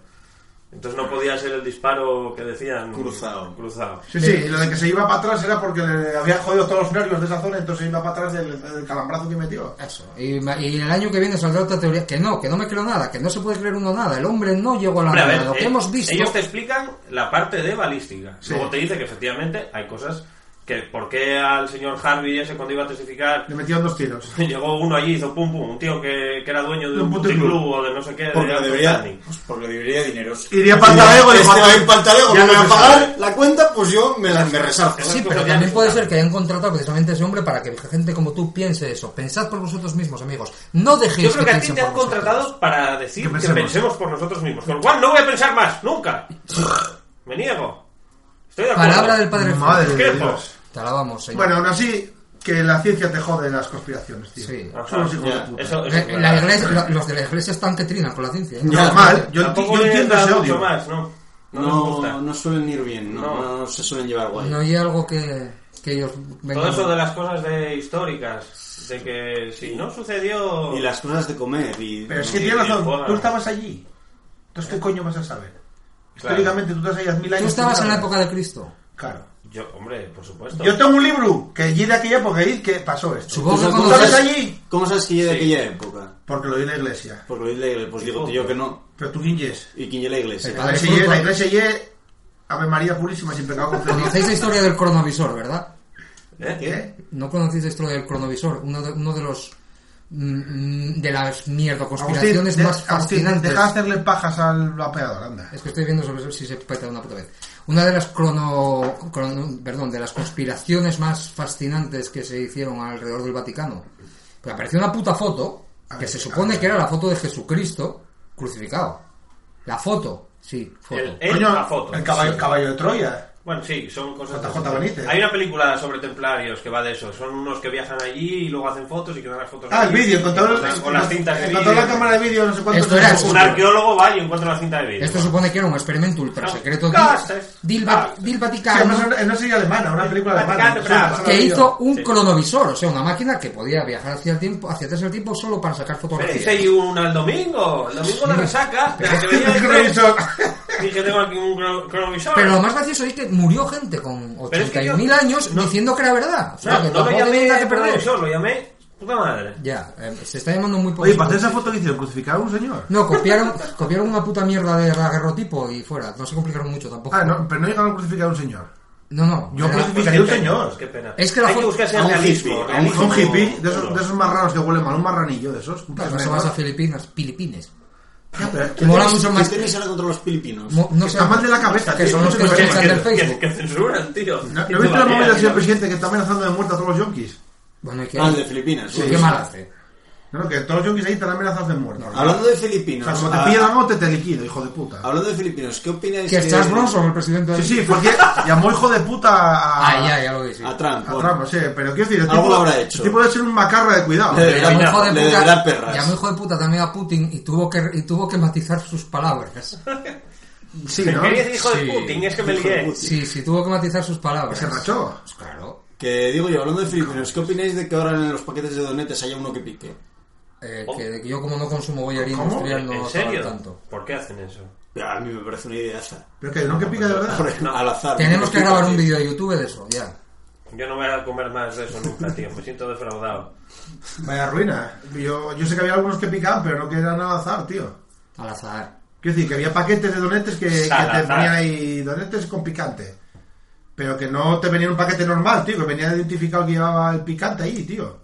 C: Entonces no podía ser el disparo que decían.
D: Cruzado.
C: Cruzado.
H: Sí, sí, y lo de que se iba para atrás era porque le habían jodido todos los nervios de esa zona, entonces se iba para atrás del, del calambrazo que metió.
G: Eso. Y, ma- y el año que viene saldrá otra teoría. Que no, que no me creo nada, que no se puede creer uno nada. El hombre no llegó a la
C: Hombre, a
G: luna.
C: ver,
G: Lo que
C: eh,
G: hemos visto.
C: Ellos te explican la parte de balística.
H: Sí.
C: Luego te dice que efectivamente hay cosas que por qué al señor Harvey ese cuando iba a testificar
H: Le metieron dos tiros.
C: llegó uno allí hizo pum pum un tío que, que era dueño de
H: De
C: un
H: un puticlub.
C: puticlub o de no sé qué de
D: Porque le
C: Alto
D: debería,
C: Standing.
D: pues porque le debería dineros.
H: Iría para el talego,
D: y
H: le
D: este
H: falta-
D: va a ir para el talego,
H: Ya
D: no me
H: no
D: va a
H: se
D: pagar
H: sabe.
D: la cuenta, pues yo me, la, me resarzo.
G: Sí,
C: Esas
G: pero
C: cosas ya
G: también
C: no
G: puede
C: se
G: ser que
C: saben.
G: hayan contratado precisamente a ese hombre para que gente como tú piense eso. Pensad por vosotros mismos, amigos. No dejéis
C: Yo creo que a ti
G: piensen
C: te han
G: por vosotros.
C: contratado para decir
H: Que
C: que
H: pensemos.
C: pensemos. por nosotros mismos. Con lo cual no voy a pensar más, nunca. Me niego. Estoy de acuerdo.
G: Palabra del padre
H: Madre
G: Fran.
H: de
C: Discrepo.
H: Dios.
G: Te alabamos, señor.
H: Bueno, aún así, que la ciencia te jode las conspiraciones, tío.
G: Sí.
C: Ajá,
H: Son los hijos
D: ya,
H: de puta.
C: Eso, eso,
G: Eh,
C: claro.
G: la iglesia- la- los de la iglesia están que trinan con la ciencia. ¿eh?
H: Normal, yo, enti-
C: Tampoco
H: yo
C: le
H: entiendo
C: da
H: ese
C: mucho
H: odio.
C: más, no. No, nos gusta.
D: No, no suelen ir bien, no,
C: No.
D: no se suelen llevar guay.
G: No hay algo que, que ellos
C: Todo
G: vengan-
C: eso de las cosas de históricas, de que si no sucedió...
D: Y las cosas de comer y...
H: Pero es que
C: Sí,
H: tienes razón,
C: joda.
H: tú estabas allí. Entonces, ¿qué coño vas a saber?
C: Claro.
H: Históricamente, tú estás ahí hace mil años.
G: Tú estabas
H: ¿qué
G: en la
H: sabes?
G: época de Cristo.
H: Claro.
C: Yo, hombre, por supuesto.
H: Yo tengo un libro que allí de aquella época dice que pasó esto.
G: Supongo que
D: ¿Tú
G: cuando
H: ¿Tú sabes
G: seas-
H: allí?
D: ¿Cómo sabes que yo de
C: Sí.
D: aquella época?
H: Porque lo di en la iglesia.
D: Porque lo dile, pues digo tío que no.
H: Pero tú, ¿quién es?
D: ¿Y quién es la
G: El
D: iglesia?
G: padre-
H: La iglesia ye, la iglesia ye, Ave María Purísima, sin pecado concebido.
G: Conocéis la historia del cronovisor, ¿verdad?
C: ¿Eh?
H: ¿Qué?
G: No conocéis la historia del cronovisor, uno de, uno de los mm, mm, de las mierda conspiraciones
H: de-
G: más
H: Agustín,
G: fascinantes.
H: deja de hacerle pajas al apeador, anda.
G: Ah, Es que estoy viendo sobre si se peta una puta vez. Una de las crono, crono- perdón, de las conspiraciones más fascinantes que se hicieron alrededor del Vaticano. Pues apareció una puta foto
H: A
G: que
H: ver,
G: se
H: a
G: supone
H: ver.
G: que era la foto de Jesucristo crucificado. La foto, sí, foto.
C: El- el- la foto.
H: el caballo,
G: Sí.
H: caballo de Troya.
C: Bueno, sí, son cosas...
H: JJ Benítez.
C: Hay una película sobre templarios que va de eso. Son unos que viajan allí y luego hacen fotos y que dan las fotos...
H: Ah, el
C: allí.
H: vídeo, encontró,
C: Con las- con las cintas de vídeo.
H: la cámara de vídeo, no sé cuántos
G: Esto era
H: años.
C: Un arqueólogo va y encuentra la cinta de vídeo.
G: Esto supone que era un experimento ultra secreto
C: No, castes,
G: del Va-
C: castes.
G: del
H: Sí,
G: Vaticano.
H: además, en una serie alemana, una película alemana.
C: Vaticano, bravo.
H: Suena,
G: que
H: suena
G: hizo un
C: Sí.
G: cronovisor, o sea, una máquina que podía viajar hacia el tiempo, hacia atrás el tiempo solo para sacar
C: Pero
G: fotografías.
C: hice ahí una el domingo. El domingo la resaca. Pero que venía
H: Un
C: el
H: cronovisor.
C: Dije, tengo aquí un cro- cronovisor.
G: Pero lo más gracioso es que murió gente con
C: Pero es que
G: 81.000
C: yo-
G: años diciendo que era verdad. O sea,
C: No,
G: que
C: no lo
G: tampoco
C: llamé
G: tiene nada que perder.
C: cronovisor, lo llamé... Puta madre.
G: Ya, eh, se está llamando muy poco.
H: Oye, para hacer esa foto que hicieron, crucificar a un señor.
G: No, copiaron, copiaron una puta mierda de daguerrotipo y fuera. No se complicaron mucho tampoco.
H: Ah, no, pero no llegaron a crucificar a un señor.
G: no, no.
H: Yo
G: era-
H: crucifico-
C: Pues
H: Fijaría un
C: qué pena,
H: señor.
C: Qué pena.
G: Es que la
C: Hay que
G: foto- Ah,
C: buscarse
D: a
C: el
D: un
C: realismo.
D: hippie, a un
C: realismo.
H: Un hippie, de esos,
C: Claro.
H: de esos marranos que huelen mal, un marranillo de esos. un
G: Claro,
H: tres
G: eso vas a
H: negros.
G: Filipinas, Filipinas.
H: Ya, pero-
G: Que mola mucho
D: ¿Qué
G: más.
D: tenéis ahora Este contra los filipinos?
G: Mo- No
H: que
G: sé.
H: está mal de la cabeza,
G: Que
H: tío,
G: son los
H: no
G: que
H: se
G: se
H: me
G: echan
H: parece.
G: del Facebook.
C: Que, que censuran, tío.
H: ¿No no viste la movida del señor presidente que está amenazando de muerte a todos los yonkis?
G: Bueno, y que.
D: Ah, el de Filipinas.
G: ¿Qué mal hace?
H: No, no, que todos los yonkis ahí están amenazados de muerte.
D: Hablando de
H: O
D: Filipinos.
H: sea, como te
D: ah,
H: pillan la moto, te liquido, hijo de puta.
D: Hablando de Filipinos, ¿qué opináis?
G: Que es Charles Bronson, el presidente
H: Sí,
G: del-
H: sí, porque llamó hijo de puta a,
G: Ah, ya, ya lo veis. sí.
D: A Trump.
H: a
D: bueno.
H: Trump, sí, pero quiero decir, el
D: Algo
H: tipo,
D: lo habrá hecho.
H: el tipo debe ser un macarra de cuidado.
D: Le deberá-
G: Llamó hijo de
D: le
G: puta-
D: deberá perras.
G: llamó hijo de puta también a Putin y tuvo que, y tuvo que matizar sus palabras.
H: Sí,
C: ¿Qué
H: ¿no?
C: dices, hijo
G: Sí.
C: de Putin? Es que me
D: Hijo de
C: lié.
D: Putin.
G: Sí, sí, tuvo que matizar sus palabras.
H: Se rachó.
G: Pues claro.
D: Que digo yo, hablando de Filipinos, ¿qué opináis de que ahora en los paquetes de donetes haya uno que pique?
G: Eh, que yo como no consumo bollería
H: ¿Cómo?
G: industrial no
C: ¿En
G: estaba al
C: serio?
G: tanto.
C: ¿Por qué hacen eso?
D: A mí me parece una ideaza.
H: Pero que no, que pica de verdad.
C: No.
D: Al azar.
G: Tenemos que
D: pica,
G: grabar un
D: tío.
G: vídeo de YouTube de eso, ya.
C: Yo no voy a comer más de eso nunca, tío. Me siento defraudado.
H: Vaya ruina. Yo, yo sé que había algunos que picaban, pero no que eran al azar, tío.
G: Al azar.
H: Quiero decir, que había paquetes de donetes que, que te
C: Salazar.
H: ponían ahí donetes con picante. Pero que no te venía en un paquete normal, tío, que venía identificado que llevaba el picante ahí, tío.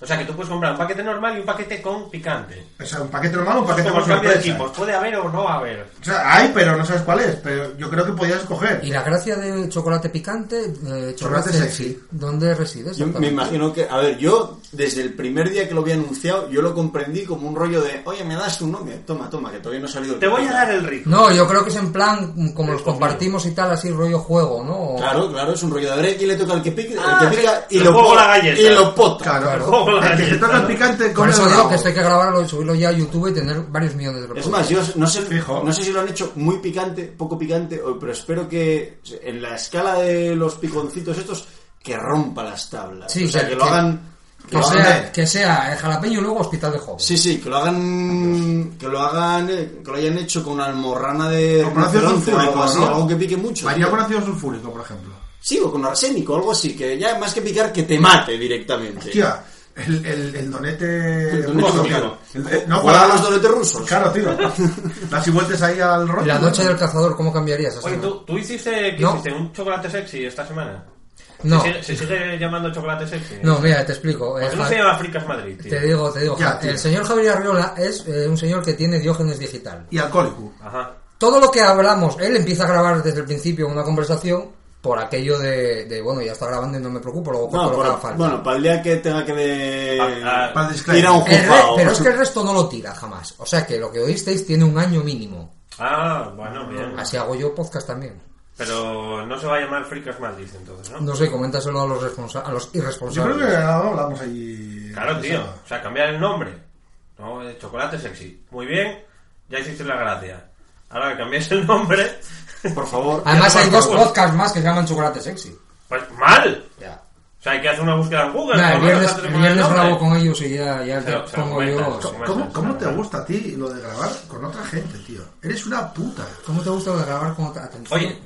C: O sea, que tú puedes comprar un paquete normal y un paquete con picante.
H: O sea, un paquete normal o un
C: Es
H: paquete
C: como
H: con
C: el cambio de
H: sorpresa.
C: equipos. Puede haber o no haber.
H: O sea, hay, pero no sabes cuál es. Pero yo creo que podías escoger.
G: Y la gracia de chocolate picante, eh, chocolate,
H: Chocolate
G: sexy.
H: sexy.
G: ¿Dónde reside?
D: Yo me imagino que, a ver, yo desde el primer día que lo había anunciado, yo lo comprendí como un rollo de, oye, me das tu nombre, toma, toma, que todavía no ha salido. el
C: Te voy a
D: paquete".
C: dar el rico.
G: No, yo creo que es en plan, mm, como los
C: Esto
G: compartimos y tal, así rollo juego, ¿no? O-
D: Claro, claro, es un rollo de, a ver, aquí le toca al que pique, al
C: Ah,
D: que pica
C: que-
D: y
C: te
D: lo,
C: juego
D: po-
C: la galleta.
D: y lo pota.
H: Claro.
C: Ojo, la
H: El que se
C: galleta,
H: toca el
C: ¿no?
H: picante
G: Por
H: come
G: eso
H: el
G: digo
H: bravo.
G: que esto hay que grabarlo y subirlo ya a YouTube y tener varios millones de
D: Es
G: reproducciones.
D: más, yo no sé,
H: Fijo.
D: no sé si lo han hecho muy picante, poco picante, o- pero espero que en la escala de los piconcitos estos, que rompa las tablas.
G: Sí,
D: o sea,
G: que-
D: que, lo
G: que-
D: hagan... que
G: Que
D: lo hagan-
G: sea, que sea eh, jalapeño y luego hospital de joven.
D: Sí, sí, que lo hagan, que lo hagan, eh, que lo hayan hecho con una almorrana de
H: Con ácido
D: rinoceronte o algo
H: sulfúrico,
D: así,
H: ¿no?
D: algo que pique mucho.
H: Varía con ácido sulfúrico, por ejemplo.
D: Sí, o con arsénico, algo así, que ya más que picar, que te mate directamente.
H: Hostia, el, el, el donete.
D: El donete
H: ruso,
D: ruso.
H: claro. El- el-
D: Juega
H: para-
D: a los donetes rusos.
H: Claro, tío. Las vueltas ahí al rollo.
G: La noche del cazador, ¿cómo cambiarías? esa
C: Oye,
G: semana?
C: ¿tú, tú hiciste, ¿qué
G: No.
C: hiciste un chocolate sexy esta semana?
G: No,
C: ¿Se, sigue- se sigue llamando chocolate sexy?
G: no, mira, te explico. eh,
C: ¿Por qué no
G: Ja-
C: se llama Fricas Madrid, tío?
G: Te digo, te digo.
H: Ya,
G: Ja-
H: tío.
G: el señor Javier Arriola es eh, un señor que tiene diógenes digital.
H: Y alcohólico.
C: Ajá.
G: Todo lo que hablamos, él empieza a grabar desde el principio una conversación por aquello de, de, bueno, ya está grabando y no me preocupo, luego corto lo
D: No,
G: que
D: por-
G: haga falta.
D: bueno, para el día que tenga que de...
C: Ah,
H: Para el
D: ir a un
H: disclaimer. Eh,
G: El re-
D: juzgado.
G: pero es que el resto no lo tira jamás. O sea que lo que oísteis tiene un año mínimo.
C: Ah, bueno, bien.
G: Así hago yo podcast también.
C: Pero no se va a llamar Fricas Madrid, entonces, ¿no?
G: No sé, coméntaselo a los, responsa- a los
H: Yo creo que
G: irresponsables.
H: ahora hablamos ahí.
C: Claro, tío. O sea, cambiar el nombre. No, Eh, chocolate sexy. Muy bien, ya hiciste la gracia. Ahora que cambies el nombre,
D: Por favor.
G: Además hay dos
C: Bueno.
G: podcasts más que se llaman Chocolate Sexy.
C: pues mal.
G: Ya.
C: O sea, hay que hacer una búsqueda en Google.
G: Nah, el
C: por lo menos,
G: viernes,
C: antes de
G: el
C: poner el
G: viernes
C: nombre.
G: grabo con ellos y ya, ya
C: Se lo- se
G: te
C: lo
G: pongo
C: comentas,
G: yo...
C: se lo comentas.
H: ¿Cómo, ¿Cómo te gusta a ti lo de grabar con otra gente, tío? Eres una puta.
G: ¿Cómo te gusta grabar con otra atención?
C: Oye,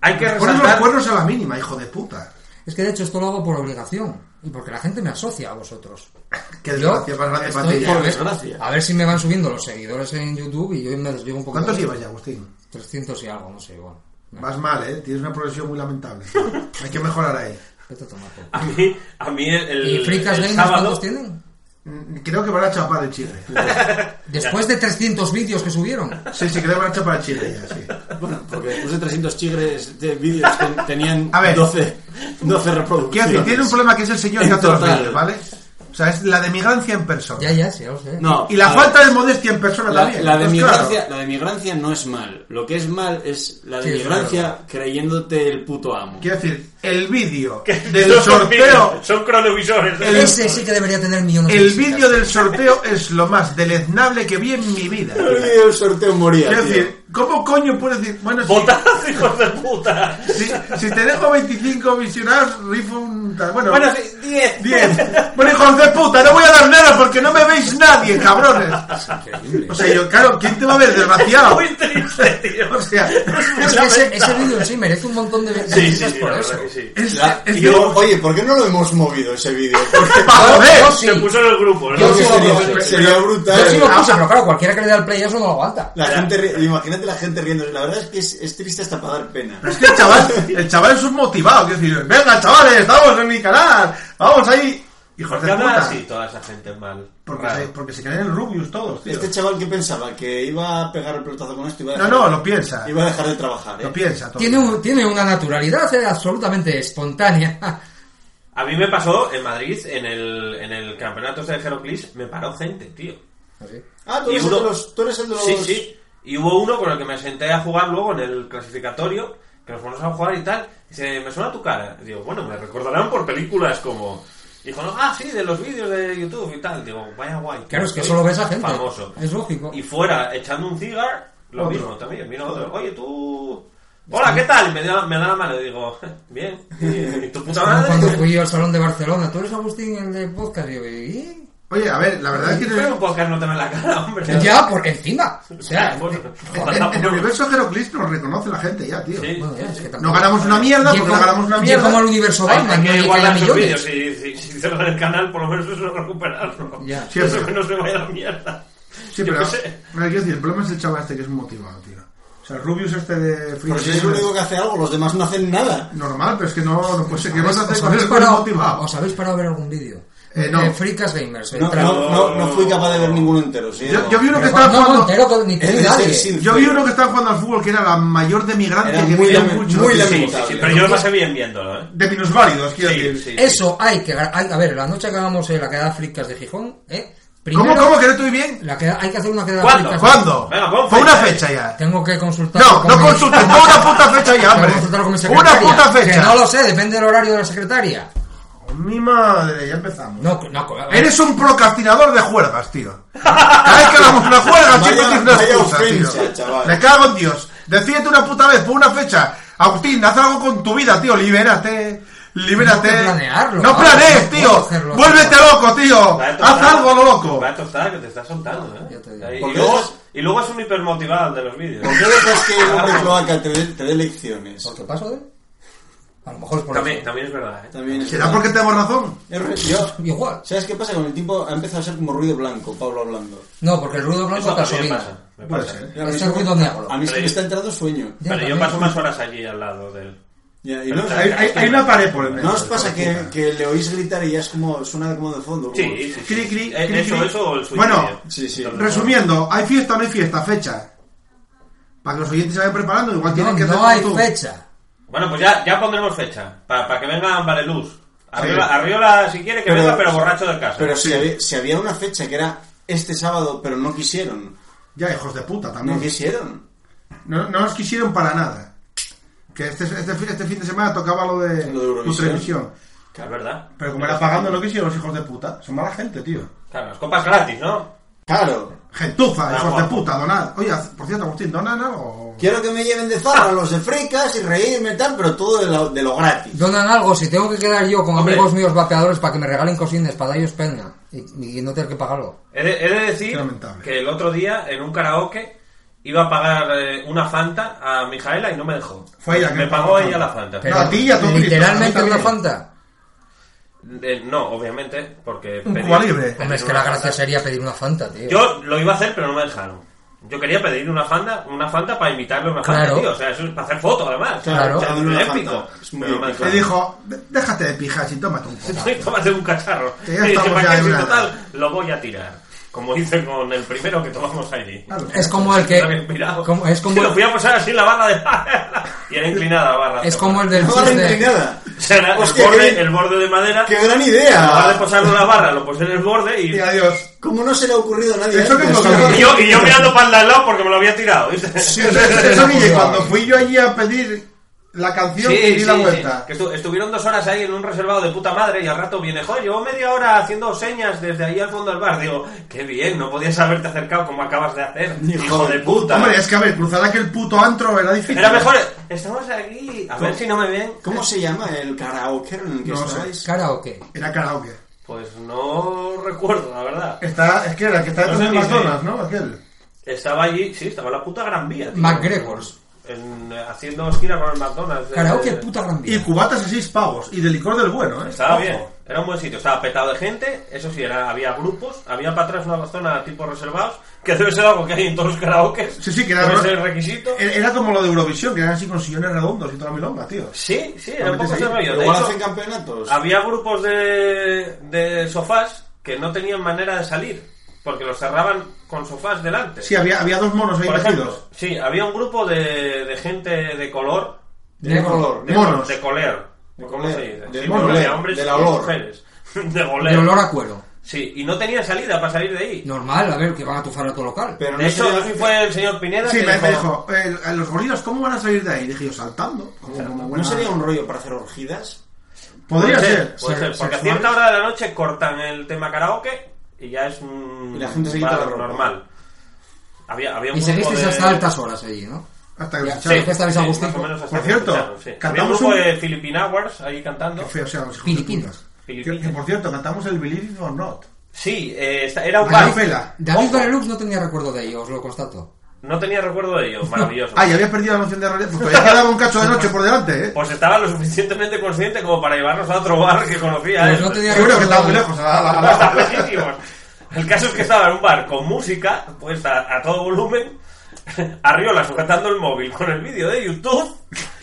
C: hay que
H: Pones los
C: resaltar...
H: cuernos a la mínima, hijo de puta.
G: Es que de hecho esto lo hago por obligación y porque la gente me asocia a vosotros.
H: Qué
G: Yo
H: desgracia más grande para
G: estoy-
H: ti.
G: a, ver,
D: desgracia.
G: a ver si me van subiendo los seguidores en YouTube y yo me los llevo un poquito.
H: ¿Cuántos llevas ya, Agustín?
G: 300 y algo, no sé, bueno. Nah,
H: Vas mal, ¿eh? Tienes una progresión muy lamentable. Hay que mejorar ahí.
G: vete a tomar por-
C: A mí, a mí el, el-
G: ¿Y Fricas
C: el
G: Games
C: sábado...
G: cuántos tienen?
H: Mm, Creo que van a chapar el chile.
G: Después de 300 vídeos que subieron.
H: Sí, sí, creo que van a chapar el chile ya, sí.
D: Bueno, porque después de 300 chigres de vídeos ten- tenían
H: A ver.
D: 12, 12
H: Quiero
D: reproducciones.
H: decir, tiene un problema que es el señor que
D: En
H: hace los
D: total.
H: vídeos, ¿vale? O sea, es la de migrancia en persona.
G: Ya, ya, sí, ya lo sé.
D: No,
H: Y la
D: a ver,
H: falta de modestia en persona
D: Ah. La,
H: también.
D: la de
H: Entonces, claro,
D: migrancia, la de migrancia no es mal. Lo que es mal es la
G: Sí,
D: de
G: es
D: migrancia creyéndote el puto amo.
H: Quiero decir, el vídeo del
C: Son
H: sorteo...
C: vídeos, Son cronovisores.
H: El-
G: Ese sí que debería tener millones de
H: El
G: visitas.
H: vídeo del sorteo es lo más deleznable que vi en mi vida. Quiero
D: El sorteo moría. tío.
H: decir, ¿cómo coño puedes decir? Bueno, sí,
C: ¡Votad, hijos de puta!
H: Si, si te dejo 25 visionados, rifo un... tal- Bueno,
D: Bueno, 10.
H: 10. Bueno, hijos de puta, no voy a dar nada porque no me veis nadie, cabrones. O sea, yo, claro, ¿quién te va a ver, desgraciado?
C: Muy triste, tío.
H: O sea,
G: Es que ese, ese vídeo en sí merece un montón de de
C: Sí,
G: visitas
C: sí, sí,
G: por
C: la
G: eso.
C: verdad que sí.
H: es,
D: La-
H: es
D: y
H: que-
D: yo, oye, ¿por qué no lo hemos movido ese vídeo? Porque
H: ¡Pa' joder!
G: Yo sí,
C: Se puso en el grupo, ¿no?
G: Yo
D: porque
G: sí lo
D: sería,
G: puse,
D: sería
H: pero-
D: brutal.
G: Yo sí lo puse, pero claro, cualquiera que le dé al play eso no lo aguanta.
D: La gente, ri- imagínate la gente riéndose. La verdad es que es, es triste hasta pagar pena.
H: Es que el chaval, el chaval es un motivado, que decir, venga chavales, estamos en mi canal, vamos ahí. Hijos
C: ¿Por
H: de
C: qué hablan
H: puta.
C: así toda esa gente mal?
H: Porque
C: Raro.
H: se, porque se creen Rubius todos, tío.
D: Este chaval que pensaba que iba a pegar el pelotazo con esto iba a
H: No,
D: dejar,
H: no, lo piensa.
D: iba a dejar de trabajar. ¿eh?
H: Lo piensa. todo.
G: Tiene, un- tiene una naturalidad eh, absolutamente espontánea.
C: A mí me pasó en Madrid, en el, en el campeonato ese de Heroclix, me paró gente, tío.
G: Así.
D: Ah, tú eres,
C: Y
D: el de
C: uno-
D: los, tú eres el de los.
C: Sí, sí. Y hubo uno con el que me senté a jugar luego en el clasificatorio, que nos fuimos a jugar y tal. Y dice, me suena tu cara. Y digo, bueno, me recordarán por películas como... Y dijo, no, ah, sí, de los vídeos de YouTube y tal. Digo, vaya guay.
G: Claro, es que
C: soy
G: solo ves a gente.
C: Famoso.
G: Es lógico.
C: Y fuera, echando un cigar, lo
G: Otro.
C: mismo también. Vino otro, oye, tú... Hola, ¿qué tal? Y me da, me da la mano y digo, bien. ¿Y tu puta
G: Como cuando
C: madre?
G: fui yo al Salón de Barcelona, tú eres Agustín el de podcast, digo, ¿y?
H: Oye, a ver, la verdad es que en
C: Pero
H: el,
C: un podcast no te ve la cara, hombre.
G: Ya, por encima. O sea,
C: Bueno,
G: joder,
H: en el universo Heroclix nos reconoce la gente ya, tío.
C: Sí.
G: eh, bueno, ya, es que tampoco-
H: No ganamos una mierda porque no
G: Llegamos-
H: ganamos una mierda.
G: Llegamos al universo
C: Hay-
G: Batman,
C: hay
G: no
C: que
G: llega a
C: guardar sus vídeos.
G: millones.
C: Si, si, si cierran el canal, por lo menos eso es recuperarlo.
G: Ya.
C: Si eso
H: Siempre.
C: que no se vaya a la mierda.
H: Sí,
C: Yo
H: pero.
C: qué
H: a
C: sé.
H: ver, quiero decir, el problema es el chaval este que es un motivado, tío. O sea, el Rubius este de Free
D: Pero si es el
H: Gamer,
D: único que hace algo, los demás no hacen nada.
H: Normal, pero es que no, no puede ser. ¿Qué vas a hacer
G: ¿Os
D: Pues
H: con
G: habéis,
H: él con el
G: parado,
H: motivado?
G: ¿Os habéis parado a ver algún vídeo?
H: Eh, no.
G: Eh, Freecast Gamers.
D: No,
G: entra-
D: no, no, no fui capaz de ver ninguno entero. sí,
H: yo,
D: no.
H: yo vi uno que
G: Pero
H: estaba
G: no, no,
H: jugando.
G: entero con- ni tú
D: Es
G: ni
D: de
G: nadie.
D: ser sin-
H: Yo vi uno que estaba jugando al fútbol que era la mayor demigrante
D: Era
H: que
D: muy
H: veía
D: lame-
H: mucho.
D: muy
H: Sí,
D: lamentable.
C: Sí, sí, sí, pero yo lo pasé bien viéndolo, ¿eh?
H: De minusválidos, quiero
C: Sí,
H: decir.
C: sí.
G: Eso hay que... Hay, a ver, la noche que hagamos eh, la quedada Freecast de Gijón, ¿eh?
H: ¿Cómo,
G: Primero,
H: cómo que no estoy bien?
G: La queda- hay que hacer una quedada
C: ¿Cuándo?
G: Freecast.
H: ¿Cuándo?
C: Venga, pon
H: Fue una
C: fecha
H: fecha ya.
G: Tengo que consultar
H: No,
G: con
H: no
G: mi-
H: consultes, pon una puta fecha ya,
G: Tengo que
H: hombre.
G: consultarlo con mi
H: Una
G: secretaria,
H: puta
G: Que no
H: fecha.
G: lo sé, depende del horario de la secretaria.
H: Mi madre, ya empezamos.
G: No, no,
H: Eres un procrastinador de juergas, tío. Cada vez que hagamos una juerga siempre
D: Vaya-
H: tienes una
D: vaya
H: excusa,
D: ofensa,
H: tío.
D: chaval.
H: Me cago en Dios. Decídete una puta vez por una fecha. Agustín, haz algo con tu vida, tío. Libérate. Libérate.
G: No hay que planearlo,
H: No
G: ¿vale?
H: planees,
G: No
H: tío.
G: puedo hacerlo.
H: Vuélvete loco, tío.
C: Va a tostar-
H: Haz algo a lo loco.
C: Va a tostar, que te estás soltando, ¿eh?
G: Ya te digo.
C: Ahí-
D: Porque
C: Y luego,
D: es-
C: y luego es un hipermotivado el de los vídeos.
D: ¿Por qué dejas que el hombre cloaca te dé te dé lecciones?
G: ¿Por qué paso de él? A lo mejor es por
C: También,
G: eso.
C: también es verdad, ¿eh?
D: También es-
H: ¿Será porque tengo razón?
D: Es re- Yo,
G: Igual.
D: ¿Sabes qué pasa? Con el tiempo ha empezado a ser como ruido blanco, Pablo hablando.
G: No, porque el ruido blanco
C: Eso
G: te
C: también
G: asobina.
C: pasa. Me
H: Puede
C: pasa.
H: ser.
D: Mira,
G: Es
D: a mí-
G: el ruido negro.
D: A mí es que me está entrando sueño.
G: Ya,
C: Pero yo
G: también.
C: paso más horas allí al lado del...
D: Ya, y
C: Pero
D: no,
C: está-
H: Hay, hay- hay una pared por el medio.
D: ¿No os pasa
H: hijo de
D: que,
H: puta.
D: que le oís gritar y ya es como suena como de fondo?
C: Sí,
D: como-
C: sí, sí.
H: Cri, cri,
C: Eh,
H: cri,
C: eso,
H: cri.
C: eso o el suicidio.
H: Bueno,
D: Sí, sí.
C: Entonces,
H: Resumiendo, ¿hay fiesta o no hay fiesta? Fecha. Para que los oyentes se vayan preparando, igual tienen
G: No,
H: que hacer
G: no
H: como
G: hay
H: tú.
G: fecha.
C: Bueno, pues ya, ya pondremos fecha, para que venga Vareluz. Arriola,
H: Sí.
C: Arriola, si quiere, que
D: Pero-
C: venga, pero borracho del caso.
D: Pero si, había, si había una fecha que era este sábado, pero no quisieron.
H: Ya, hijos de puta, también.
D: No quisieron.
H: No, no nos quisieron para nada. Que este, este, fin- este fin de semana tocaba lo de,
D: Lo de Eurovisión.
H: tu televisión.
C: Que es verdad.
H: Pero como era pagando, no quisieron los hijos de puta. Son mala gente, tío.
C: Claro, las copas gratis, ¿no?
D: Claro.
H: Gentuza,
C: Ah,
H: hijos
C: guapo.
H: de puta, donad. Oye, haz- por cierto, Agustín, donan algo.
D: Quiero que me lleven de farra los de fricas y reírme y tal, pero todo de lo, de lo gratis.
G: Donan algo, si tengo que quedar yo con
C: Hombre.
G: amigos míos vapeadores para que me regalen cosines para ellos pena y, y no tener que pagarlo.
C: He de, he de decir
H: Qué lamentable.
C: que el otro día, en un karaoke, iba a pagar eh, una Fanta a Mijaela y no me dejó.
H: Fue ella que
C: me
H: me
C: pagó
H: pagó
C: ella
H: la
C: la Fanta.
G: Pero
H: a ti y a todo
G: literalmente
H: Cristo, a
G: una
H: mí
G: fanta.
C: Eh, no, obviamente, porque...
H: Un
C: pedí-
H: Cuba Libre.
C: pedí
G: Hombre, es que
C: una
G: la gracia
C: Fanta.
G: sería pedir una fanta, tío.
C: Yo lo iba a hacer, pero no me dejaron. Yo quería pedir una Fanta, una Fanta para invitarle a una Fanta,
G: Claro.
C: tío. O sea, eso es para hacer foto, además.
G: Claro.
C: O sea, Es muy
D: Una
C: épico.
D: Fanta. Es muy
C: Pero no me
D: épico.
H: Le
C: dejaron.
H: dijo, "De- déjate de pijas y tómate un poco.
C: Estoy tomando un cacharro.
H: Que ya
C: Y dije,
H: estamos
C: "¿Para
H: ya
C: qué?
H: en
C: Si
H: una
C: total, lo voy a tirar. Como hice con el primero que tomamos allí.
G: Es como el que...
C: También mirado.
G: como- es como
C: Lo fui
G: el,
C: a posar así en la barra de... y era inclinada la barra.
G: es como el del
D: No vale
G: chiste...
D: inclinada.
C: O sea, era
D: Hostia,
C: el,
D: qué
C: borde,
D: bien.
C: el borde de madera.
D: ¡Qué gran
C: En lugar de
D: idea!
C: posarlo en la barra, lo puse en el borde y...
H: Y adiós.
D: Como no se le ha ocurrido a nadie ¿eh?
H: Eso que
D: antes?
H: encontramos-
C: Y yo, y yo mirando para el de al lado porque me lo había tirado. ¿viste?
H: Eso, eso, Guille, cuando fui yo allí a pedir la canción y di la vuelta.
C: Que estu- estuvieron dos horas ahí en un reservado de puta madre y al rato viene, joder, llevo media hora haciendo señas desde ahí al fondo del bar. Digo, qué bien, no podías haberte acercado como acabas de hacer, hijo, de puta.
H: Hombre, es que a ver, cruzar aquel puto antro era difícil.
C: Era mejor, estamos aquí, a ver si no me ven.
D: ¿Cómo se llama el karaoke en el que
H: No sé.
D: estáis?
G: Karaoke.
H: Era karaoke.
C: Pues no recuerdo, la verdad.
H: Está, es que era el que está
C: No
H: detrás
C: sé
H: del
C: ni si-
H: McDonald's, ¿no? Aquel.
C: Estaba allí, sí, estaba en la puta Gran Vía. tío.
G: McGregor's.
C: En- haciendo esquina con el McDonald's. eh,
G: Karaoke puta gran
H: Y
G: vida.
H: cubatas a seis pavos. Y de licor del bueno, ¿eh?
C: Estaba
H: Ojo.
C: bien, era un buen sitio, estaba petado de gente, eso sí, era, había grupos, había para atrás una zona tipo reservados, que debe ser algo que hay en todos los karaokes.
H: Sí, sí, que era- Eh,
C: Debe ser el requisito.
H: Era E-, era como lo de Eurovisión, que eran así con sillones redondos y toda la milonga, tío.
C: Sí, sí,
H: Lo
C: era un poco
H: metes
C: ese
H: ahí.
C: rollo. De
D: Igual
C: hecho, Ah,
D: hacen campeonatos.
C: había grupos de, de sofás que no tenían manera de salir, porque los cerraban con sofás delante.
H: Sí, había, había dos monos ahí
C: Por ejemplo,
H: metidos.
C: sí, había un grupo de, de gente de color,
G: Negro.
D: color.
C: de,
H: Monos.
C: de coler, ¿O ¿Cómo se dice?
D: Del
C: Sí,
D: golé,
C: de hombres
D: del
C: y
D: olor.
C: mujeres. De
G: De
C: goleo.
G: olor a cuero.
C: Sí, y no tenía salida para salir de ahí.
G: Normal, a ver, que van a tufar a tu local.
D: Pero
C: de
D: no
C: hecho,
D: sería-
G: eh,
C: así fue el señor Pineda.
H: Sí,
C: que
H: me, me dijo, eh, a los gorilas, ¿cómo van a salir de ahí? Dije yo, saltando. Como- como
D: ¿No
H: buena-
D: sería un rollo para hacer orgidas?
H: Podría
C: puede
H: ser.
C: ser, puede ser, "Pues, eh, porque a cierta hora de la noche cortan el tema karaoke y ya es un.
D: Y la gente se quita la
C: bar
D: ropa.
C: normal. Había, había un
G: Y
C: grupo
G: seguisteis
C: de-
G: hasta altas horas allí, ¿no?
H: Hasta que
G: Ya,
H: nos
G: sí.
H: echaron.
G: que estabais a
C: más
G: gustito.
C: o menos hasta
H: Por
C: que
H: cierto,
C: escucharon, sí. Había un
H: cantamos
C: grupo
H: un-
C: de Philippine Hours ahí cantando.
H: Qué feo sean los hijos
G: Filipinas.
H: de putas. Que, que, por cierto, cantamos el Believe It or Not.
C: Sí, eh, esta- era un
H: Ahí
C: bar.
H: pela.
G: David
C: Ojo.
G: Benelux no tenía recuerdo de ello, os lo constato.
C: No tenía recuerdo de ello, maravilloso.
H: Ay, habías Ah, perdido la noción de realidad. Pues todavía quedaba un cacho de noche por delante, ¿eh?
C: Pues estaba lo suficientemente consciente como para llevarnos a otro bar que conocía.
G: Pues
C: él.
G: no tenía
H: Seguro que
G: recuerdo
H: estaba muy
G: de-
H: lejos. a la- a la-
C: Estaban lejísimos. El caso es que estaba en un bar con música puesta a todo volumen, Arriola sujetando el móvil con el vídeo de YouTube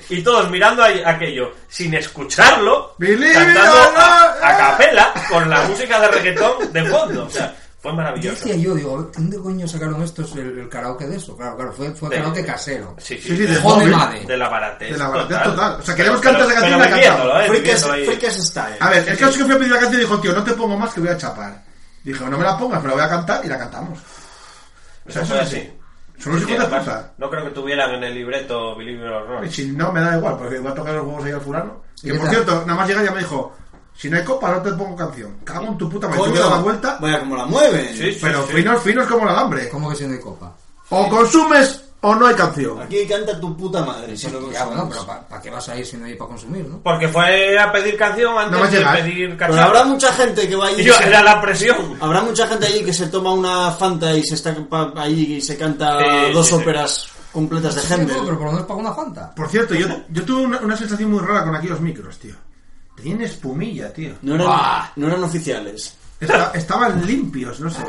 C: y todos mirando ahí aquello sin escucharlo,
H: Believe it
C: cantando
H: or
C: a,
H: not.
C: a capela con la música de reggaetón de fondo. O sea, fue
G: Yo
C: maravilloso.
G: decía yo, digo, ¿dónde coño sacaron estos el, el karaoke de eso? Claro, claro, fue, fue
C: Sí.
G: karaoke casero.
C: Sí, sí,
H: Sí, sí, de
G: Joder,
H: móvil.
G: madre.
C: de la baratez.
H: De la baratez total. O sea, queremos cantar esa canción y la cantamos.
C: eh,
D: Freakas
C: Freakas,
D: Freakas Style.
H: A ver, el caso es que fui a pedir la canción y dijo, tío, no te pongo más que voy a chapar. Dije, no me la pongas, me la voy a cantar y la cantamos. O sea, eso es así. Son los hijos de puta.
C: No creo que tuvieran en el libreto Believe it or Not.
H: Y si no, me da igual, porque va a tocar los huevos ahí al fulano.
G: ¿Y
H: Que
G: qué
H: por
G: tal?
H: cierto, nada más llega y ya me dijo, si no hay copa, no te pongo canción. Cago en tu puta madre. Yo
D: Coño,
H: me daba vuelta,
D: Vaya como la mueven.
C: Sí, sí,
H: pero
C: sí.
H: finos, finos como el alambre.
G: ¿Cómo que si no hay copa?
H: O consumes o no hay canción.
D: Aquí canta tu puta madre. Si no
G: Ya, bueno,
D: consumimos.
G: pero ¿para qué vas a ir si no hay para consumir, no?
C: Porque fue a pedir canción antes
H: No me
C: de
H: llega, ¿eh?
C: pedir
D: Pero
C: cachorro.
D: habrá mucha gente que va allí. y
C: Y yo,
D: se-
C: era la presión.
D: Habrá mucha gente allí que se toma una Fanta y se está pa- ahí y se canta
C: Sí,
D: dos
C: sí, sí.
D: óperas completas de
G: Sí, no, pero
D: Händel.
G: por lo menos pago una fanta.
H: Por cierto, yo, yo tuve una, una sensación muy rara con aquellos micros, tío. Tenían espumilla, tío.
D: No eran,
G: Buah.
D: no eran oficiales.
H: Esta- estaban limpios, no sé.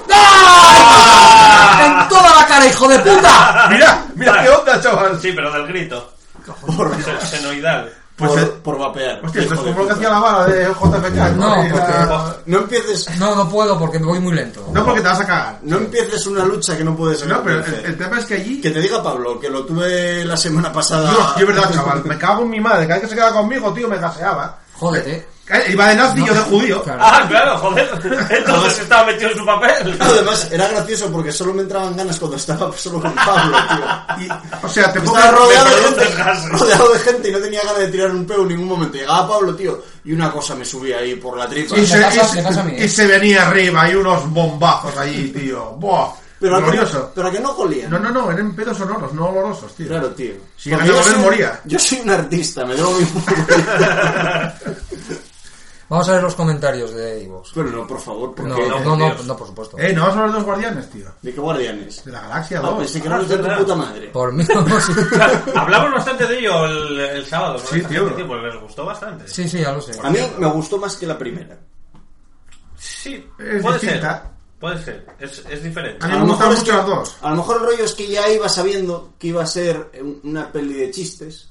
G: ¡En toda la cara, hijo de puta!
H: Mira, mira qué onda, chaval.
C: Sí, pero del grito.
D: Por,
C: Se- Senoidal.
H: Pues,
D: por,
H: eh,
D: por vapear.
H: Hostia, esto es
D: hijo de
H: como lo
D: puta.
H: que hacía la bala de JFK.
G: No,
H: Era-
G: porque-
D: Ah, No empieces,
G: No, no puedo porque me voy muy lento.
H: no, porque te vas a cagar.
D: no empieces una lucha que no puedes
H: No, pero el,
D: vencer.
H: el tema es que allí.
D: Que te diga Pablo, que lo tuve la semana pasada.
H: Dios, yo es verdad, chaval. Me cago en mi madre. Cada vez que se queda conmigo, tío, me gaseaba.
G: Jódete.
H: Eh, Iba de nazi, yo de judío.
G: Claro.
C: Ah, claro, joder. Entonces estaba metido en su papel.
D: Además, era gracioso porque solo me entraban ganas cuando estaba solo con Pablo, tío.
H: Y, o sea, te pongo.
D: Estaba rodeado de,
C: preguntas,
D: gente,
C: Gas.
D: rodeado de gente y no tenía ganas de tirar un peo en ningún momento. Llegaba Pablo, tío, y una cosa me subía ahí por la tripa.
H: Y se,
G: Me pasa-
H: y se-
G: me pasa a mí, eh.
H: y se venía arriba y unos bombazos allí, tío. Buah.
D: Pero, a que,
H: glorioso.
D: pero a que no jolía.
H: No, no, no, eran pedos sonoros, no olorosos, tío.
D: Claro, tío.
H: Si
D: Porque
H: llegas a
D: yo
H: volver,
D: soy-
H: moría.
D: Yo soy un artista, me debo mi
G: Vamos a ver los comentarios de Evox.
D: Pero no, por favor, porque...
G: No, no, no, no, no, por supuesto.
H: Eh, no vas a hablar de los guardianes, tío.
D: ¿De qué guardianes?
H: De la galaxia
D: Ah,
H: 2.
D: pensé que no de tu puta madre.
G: Por mí no, sí.
C: Hablamos bastante de ello el, el sábado. con
H: Sí,
C: esta
H: tío.
C: gente, porque les gustó bastante.
G: Sí, sí, ya lo sé.
D: A mí me gustó más que la primera.
C: Sí,
H: Es
C: puede
H: distinta.
C: ser. Puede ser. Es, es diferente.
H: A mí me gustan
D: es
H: mucho
D: que-
H: las dos.
D: A lo mejor el rollo es que ya iba sabiendo que iba a ser un- una peli de chistes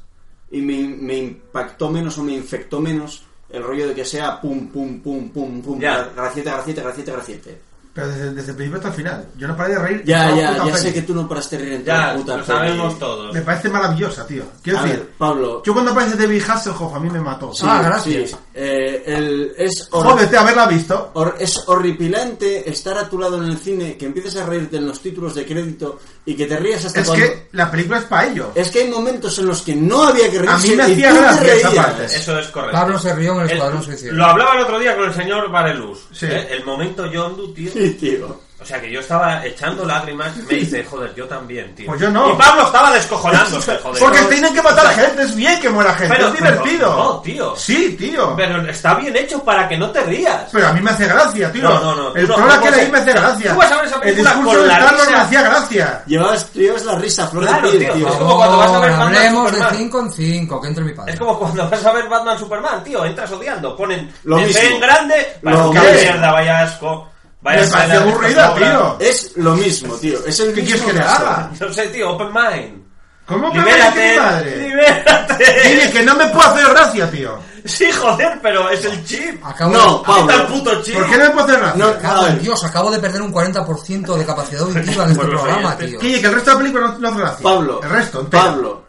D: y me, me impactó menos o me infectó menos el rollo de que sea pum, pum, pum, pum, pum,
C: Ya.
D: gracieta, gracieta, gracieta, gracieta.
H: Pero desde, desde el principio hasta el final. Yo no paré de reír.
D: Ya,
H: toda la
D: ya,
H: puta
D: ya sé
H: peli.
D: que tú no paraste de reír en toda
C: Ya,
D: la puta
C: lo
D: peli.
C: sabemos
H: Me
C: todos.
H: parece maravillosa, tío. Quiero
D: A
H: decir,
D: ver, Pablo.
H: yo cuando aparece David Hasselhoff a mí me mató.
D: Sí,
G: Ah, gracias.
D: sí. Eh, el- es hor-
H: Jódete haberla visto.
D: hor- es horripilante estar a tu lado en el cine, que empieces a reírte en los títulos de crédito y que te rías hasta
H: Es
D: cuando...
H: que la película es para ello.
D: Es que hay momentos en los que no había que reírse
H: A mí me
D: y
H: hacía
D: tú te
H: gracia esa
D: reías.
H: parte.
C: Eso es correcto.
G: Pablo se rió en el Escuadrón Suicida.
C: Lo hablaba el otro día con el señor Vareluz.
H: Sí.
C: ¿eh? El momento Yondu, tío.
D: Sí, tío.
C: O sea, que yo estaba echando lágrimas. Me dice, joder, yo también, tío.
H: Pues yo no.
C: Y Pablo estaba descojonándose, joder.
H: Porque
C: No,
H: tienen que matar gente, es bien que muera gente,
C: Pero-
H: es divertido.
C: pero no, tío.
H: Sí, tío. Pero,
C: Pero está bien hecho para que no te rías.
H: a mí me hace gracia, tío.
C: No, no, no, tú
H: El
C: no,
H: problema
C: tú
H: que
C: vas
H: leí
C: a-
H: me hace gracia.
C: tú vas a ver esa
H: el
C: película
H: discurso
C: con
H: de
C: la
H: Star Wars me
C: risa.
H: hacía gracia.
D: Llevabas, llevas la risa a flor
C: Claro,
D: de piel,
C: tío.
D: tío.
C: Es como cuando vas a ver
G: No,
C: Batman
G: hablemos de
C: Superman.
G: 5 en 5, que entre mi padre.
C: Es como cuando vas a ver Batman Superman, tío, entras odiando, ponen
D: Lo
C: DC
D: mismo.
C: en grande, para
D: Lo
C: que
D: mismo.
C: mierda, vaya asco, vaya
H: Me parece
C: escena,
H: aburrida,
C: esto es una obra.
H: tío.
D: Es lo mismo, tío. Es el
H: ¿Qué
D: mismo
H: quieres que le
D: caso.
H: haga?
C: No sé, tío, open mind.
H: ¿Cómo que me dice mi
C: Libérate,
H: madre? Dile
C: libérate.
H: que no me puedo hacer gracia, tío.
C: Sí, joder, pero es el chip.
G: Acabo
D: No,
G: de...
D: Pablo.
C: Quita el puto chip.
H: ¿Por qué no me puedo hacer gracia?
D: No,
G: Cago
D: a
G: en
D: ver,
G: Dios, acabo de perder un 40% de capacidad auditiva en este
C: Por los
G: programa,
C: oyentes.
G: tío.
H: Que, que el resto de la película no, no hace gracia.
D: Pablo,
H: El resto, entero.
D: Pablo,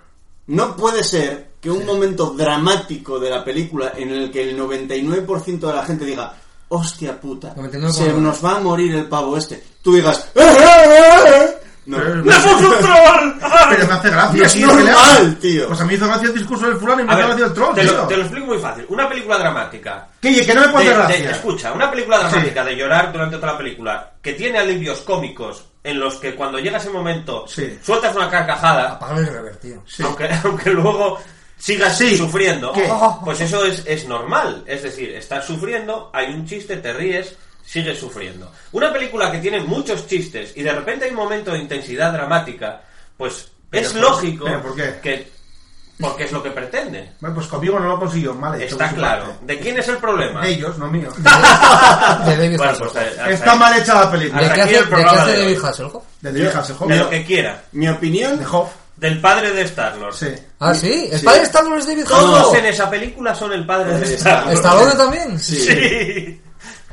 D: no puede ser que un momento dramático de la película en el que el 99% de la gente diga, hostia puta,
G: 99,9.
D: se nos va a morir el pavo este, tú digas, "Eh, eh, eh". No.
H: Pero- Pero
C: Pero-
H: me hace gracia.
D: No es
H: tío, que le
D: normal,
H: hagan.
D: tío.
H: Pues a mí me hizo gracia el discurso del fulano y me
C: A
H: hizo
C: ver,
H: gracia el troll,
C: te, lo,
H: tío.
C: te lo explico muy fácil. Una película dramática.
H: Que, que no me puede
C: de-
H: hacer
C: de-
H: gracia.
C: escucha, una película dramática de llorar durante toda la película que tiene alivios cómicos en los que cuando llega ese momento
H: Sí.
C: sueltas una carcajada,
G: Apagar el rever, tío.
C: aunque, aunque luego sigas
H: Sí.
C: sufriendo,
H: ¿Qué?
C: pues eso es, es normal. Es decir, estás sufriendo, hay un chiste, te ríes, sigues sufriendo. Una película que tiene muchos chistes y de repente hay un momento de intensidad dramática, pues
H: Pero
C: es
H: por-
C: lógico
H: pero ¿por qué?
C: que... Porque es lo que pretende.
H: Bueno, pues conmigo no lo consiguió, mal hecho.
C: Está
H: por su
C: claro.
H: parte.
C: ¿De quién es el problema?
H: De ellos, no mío.
G: De David
C: Bueno,
G: Hasselhoff.
C: pues, eh, hasta
H: Está
C: ahí.
H: mal hecha la
G: ¿De
H: película.
C: hasta
G: qué
C: aquí
G: hace,
C: el
G: de qué
C: programa
G: hace
C: de hoy.
G: David Hasselhoff?
H: De dirijas el
C: De lo
H: joven.
C: que quiera.
D: Mi opinión,
H: De Hoff.
C: Del padre de Star-Lord.
H: Sí.
G: Ah, sí. ¿El
D: Sí.
G: padre de Star Wars es David
C: Todos en
G: Hasselhoff?
C: esa película son el padre de Star-Lord.
G: ¿Stallone también?
C: Sí.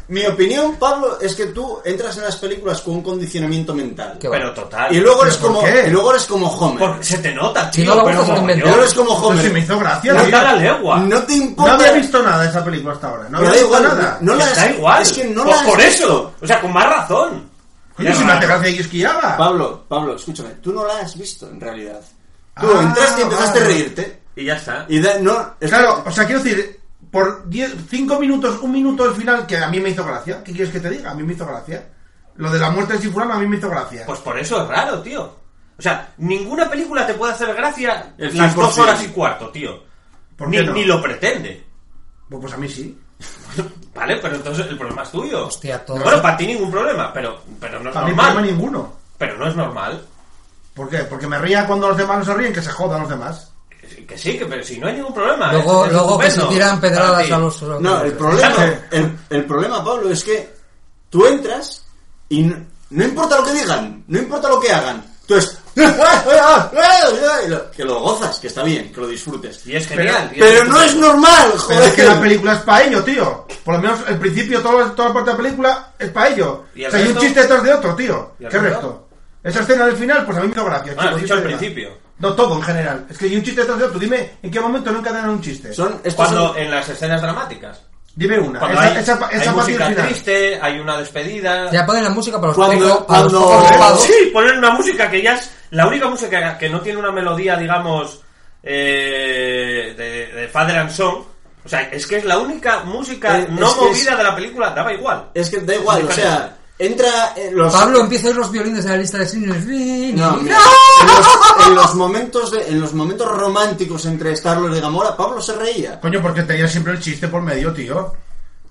D: mi opinión, Pablo, es que tú entras en las películas con un condicionamiento mental.
G: Qué va.
C: Pero total.
D: Y luego
H: ¿Pero
D: eres
H: por
D: como
H: qué?
D: y luego eres como Homer.
C: Porque se te nota,
G: Si
C: tío.
G: no lo
C: pero
G: vamos a
C: como
D: Y
G: inventar.
C: yo.
D: luego eres como
H: Pues
D: Homer.
H: sí, me hizo gracia.
C: No
H: tío.
C: da la legua.
D: No te
H: No
D: importa.
H: había visto nada de esa película hasta ahora. No
D: Me
H: había
D: da
H: visto
D: igual,
H: nada.
D: no la-
C: Está igual.
D: Es que no
C: Pues
D: la
C: por
D: has
C: eso. O sea, con más razón.
H: Oye,
C: Es
H: si me hace
C: raro.
H: gracia Yusquiaga.
D: Pablo, Pablo, escúchame, tú no la has visto en realidad. Tú
H: Ah,
D: entraste y empezaste
H: vale.
D: a reírte.
C: Y ya está.
D: Y da- no, es-
H: Claro, o sea, quiero decir, por 5 minutos, un minuto al final, que a mí me hizo gracia. ¿Qué quieres que te diga? A mí me hizo gracia. Lo de la muerte de Sifurama a mí me hizo gracia.
C: Pues por eso es raro, tío. O sea, ninguna película te puede hacer gracia
D: El
C: las
D: 100%.
C: dos horas y cuarto, tío.
H: ¿Por
C: ni,
H: qué no?
C: ni lo pretende.
H: Pues, pues a mí sí.
C: Vale, pero entonces el problema es tuyo.
G: Hostia, todo.
C: Bueno, para ti ningún problema, pero, pero
D: Pues
C: no es
H: Para mí no hay
C: normal.
H: ninguno.
C: Pero no es normal.
H: ¿Por qué? Porque me ría cuando los demás no se ríen, que se jodan los demás.
C: Que sí, que pero si no hay ningún problema.
G: Luego,
C: es- es
G: luego que se
C: estupendo
G: tiran
C: para
G: pedradas
C: ti.
G: a los... a los-
D: no, el problema,
H: Claro.
D: el, el problema, Pablo, es que tú entras y no, no importa lo que digan, no importa lo que hagan. Tú es ¡Eh, y lo- eh! que lo gozas, que está bien, que lo disfrutes.
C: Y es genial. y
D: Pero no
C: estupendo.
D: es normal,
H: Pero
D: joder.
H: es que la película es para ello, tío. Por lo menos el principio, toda, la- toda la parte de la película es para ello.
C: ¿Y el
H: O sea, hay un
C: resto?
H: chiste detrás de otro, tío.
C: ¿Y el
H: ¿Qué
C: resto?
H: resto? Esa escena del final, pues a mí me hizo gracia.
C: Ah, has
H: chicos,
C: dicho
H: sí,
C: al
H: sí,
C: principio.
H: No, todo en general. Es que hay un chiste detrás de otro. Dime, ¿en qué momento no encadenan un chiste?
D: Son, estos
C: Cuando
D: son-
C: en las escenas dramáticas.
H: Dime una.
C: Cuando
H: esa
C: hay,
H: esa, esa
C: hay
H: parte
C: música
H: del final.
C: triste, hay una despedida.
G: Ya ponen la música para los
D: Cuando-
G: pocos- para los
D: cuando-
G: pocos ocupados.
C: Sí, poner una música que ya es la única música que no tiene una melodía, digamos, eh, de, de Father and Son. O sea, es que es la única música
D: Eh,
C: no
D: es que
C: movida
D: es-
C: de la película, daba igual.
D: es que da igual, o sea, entra en los
G: Pablo empieza a oír los violines de la lista de cine.
D: No, mira, en, los, en los momentos de- en los momentos románticos entre Starlord y Gamora, Pablo se reía.
H: Coño, porque tenía siempre el chiste por medio, tío.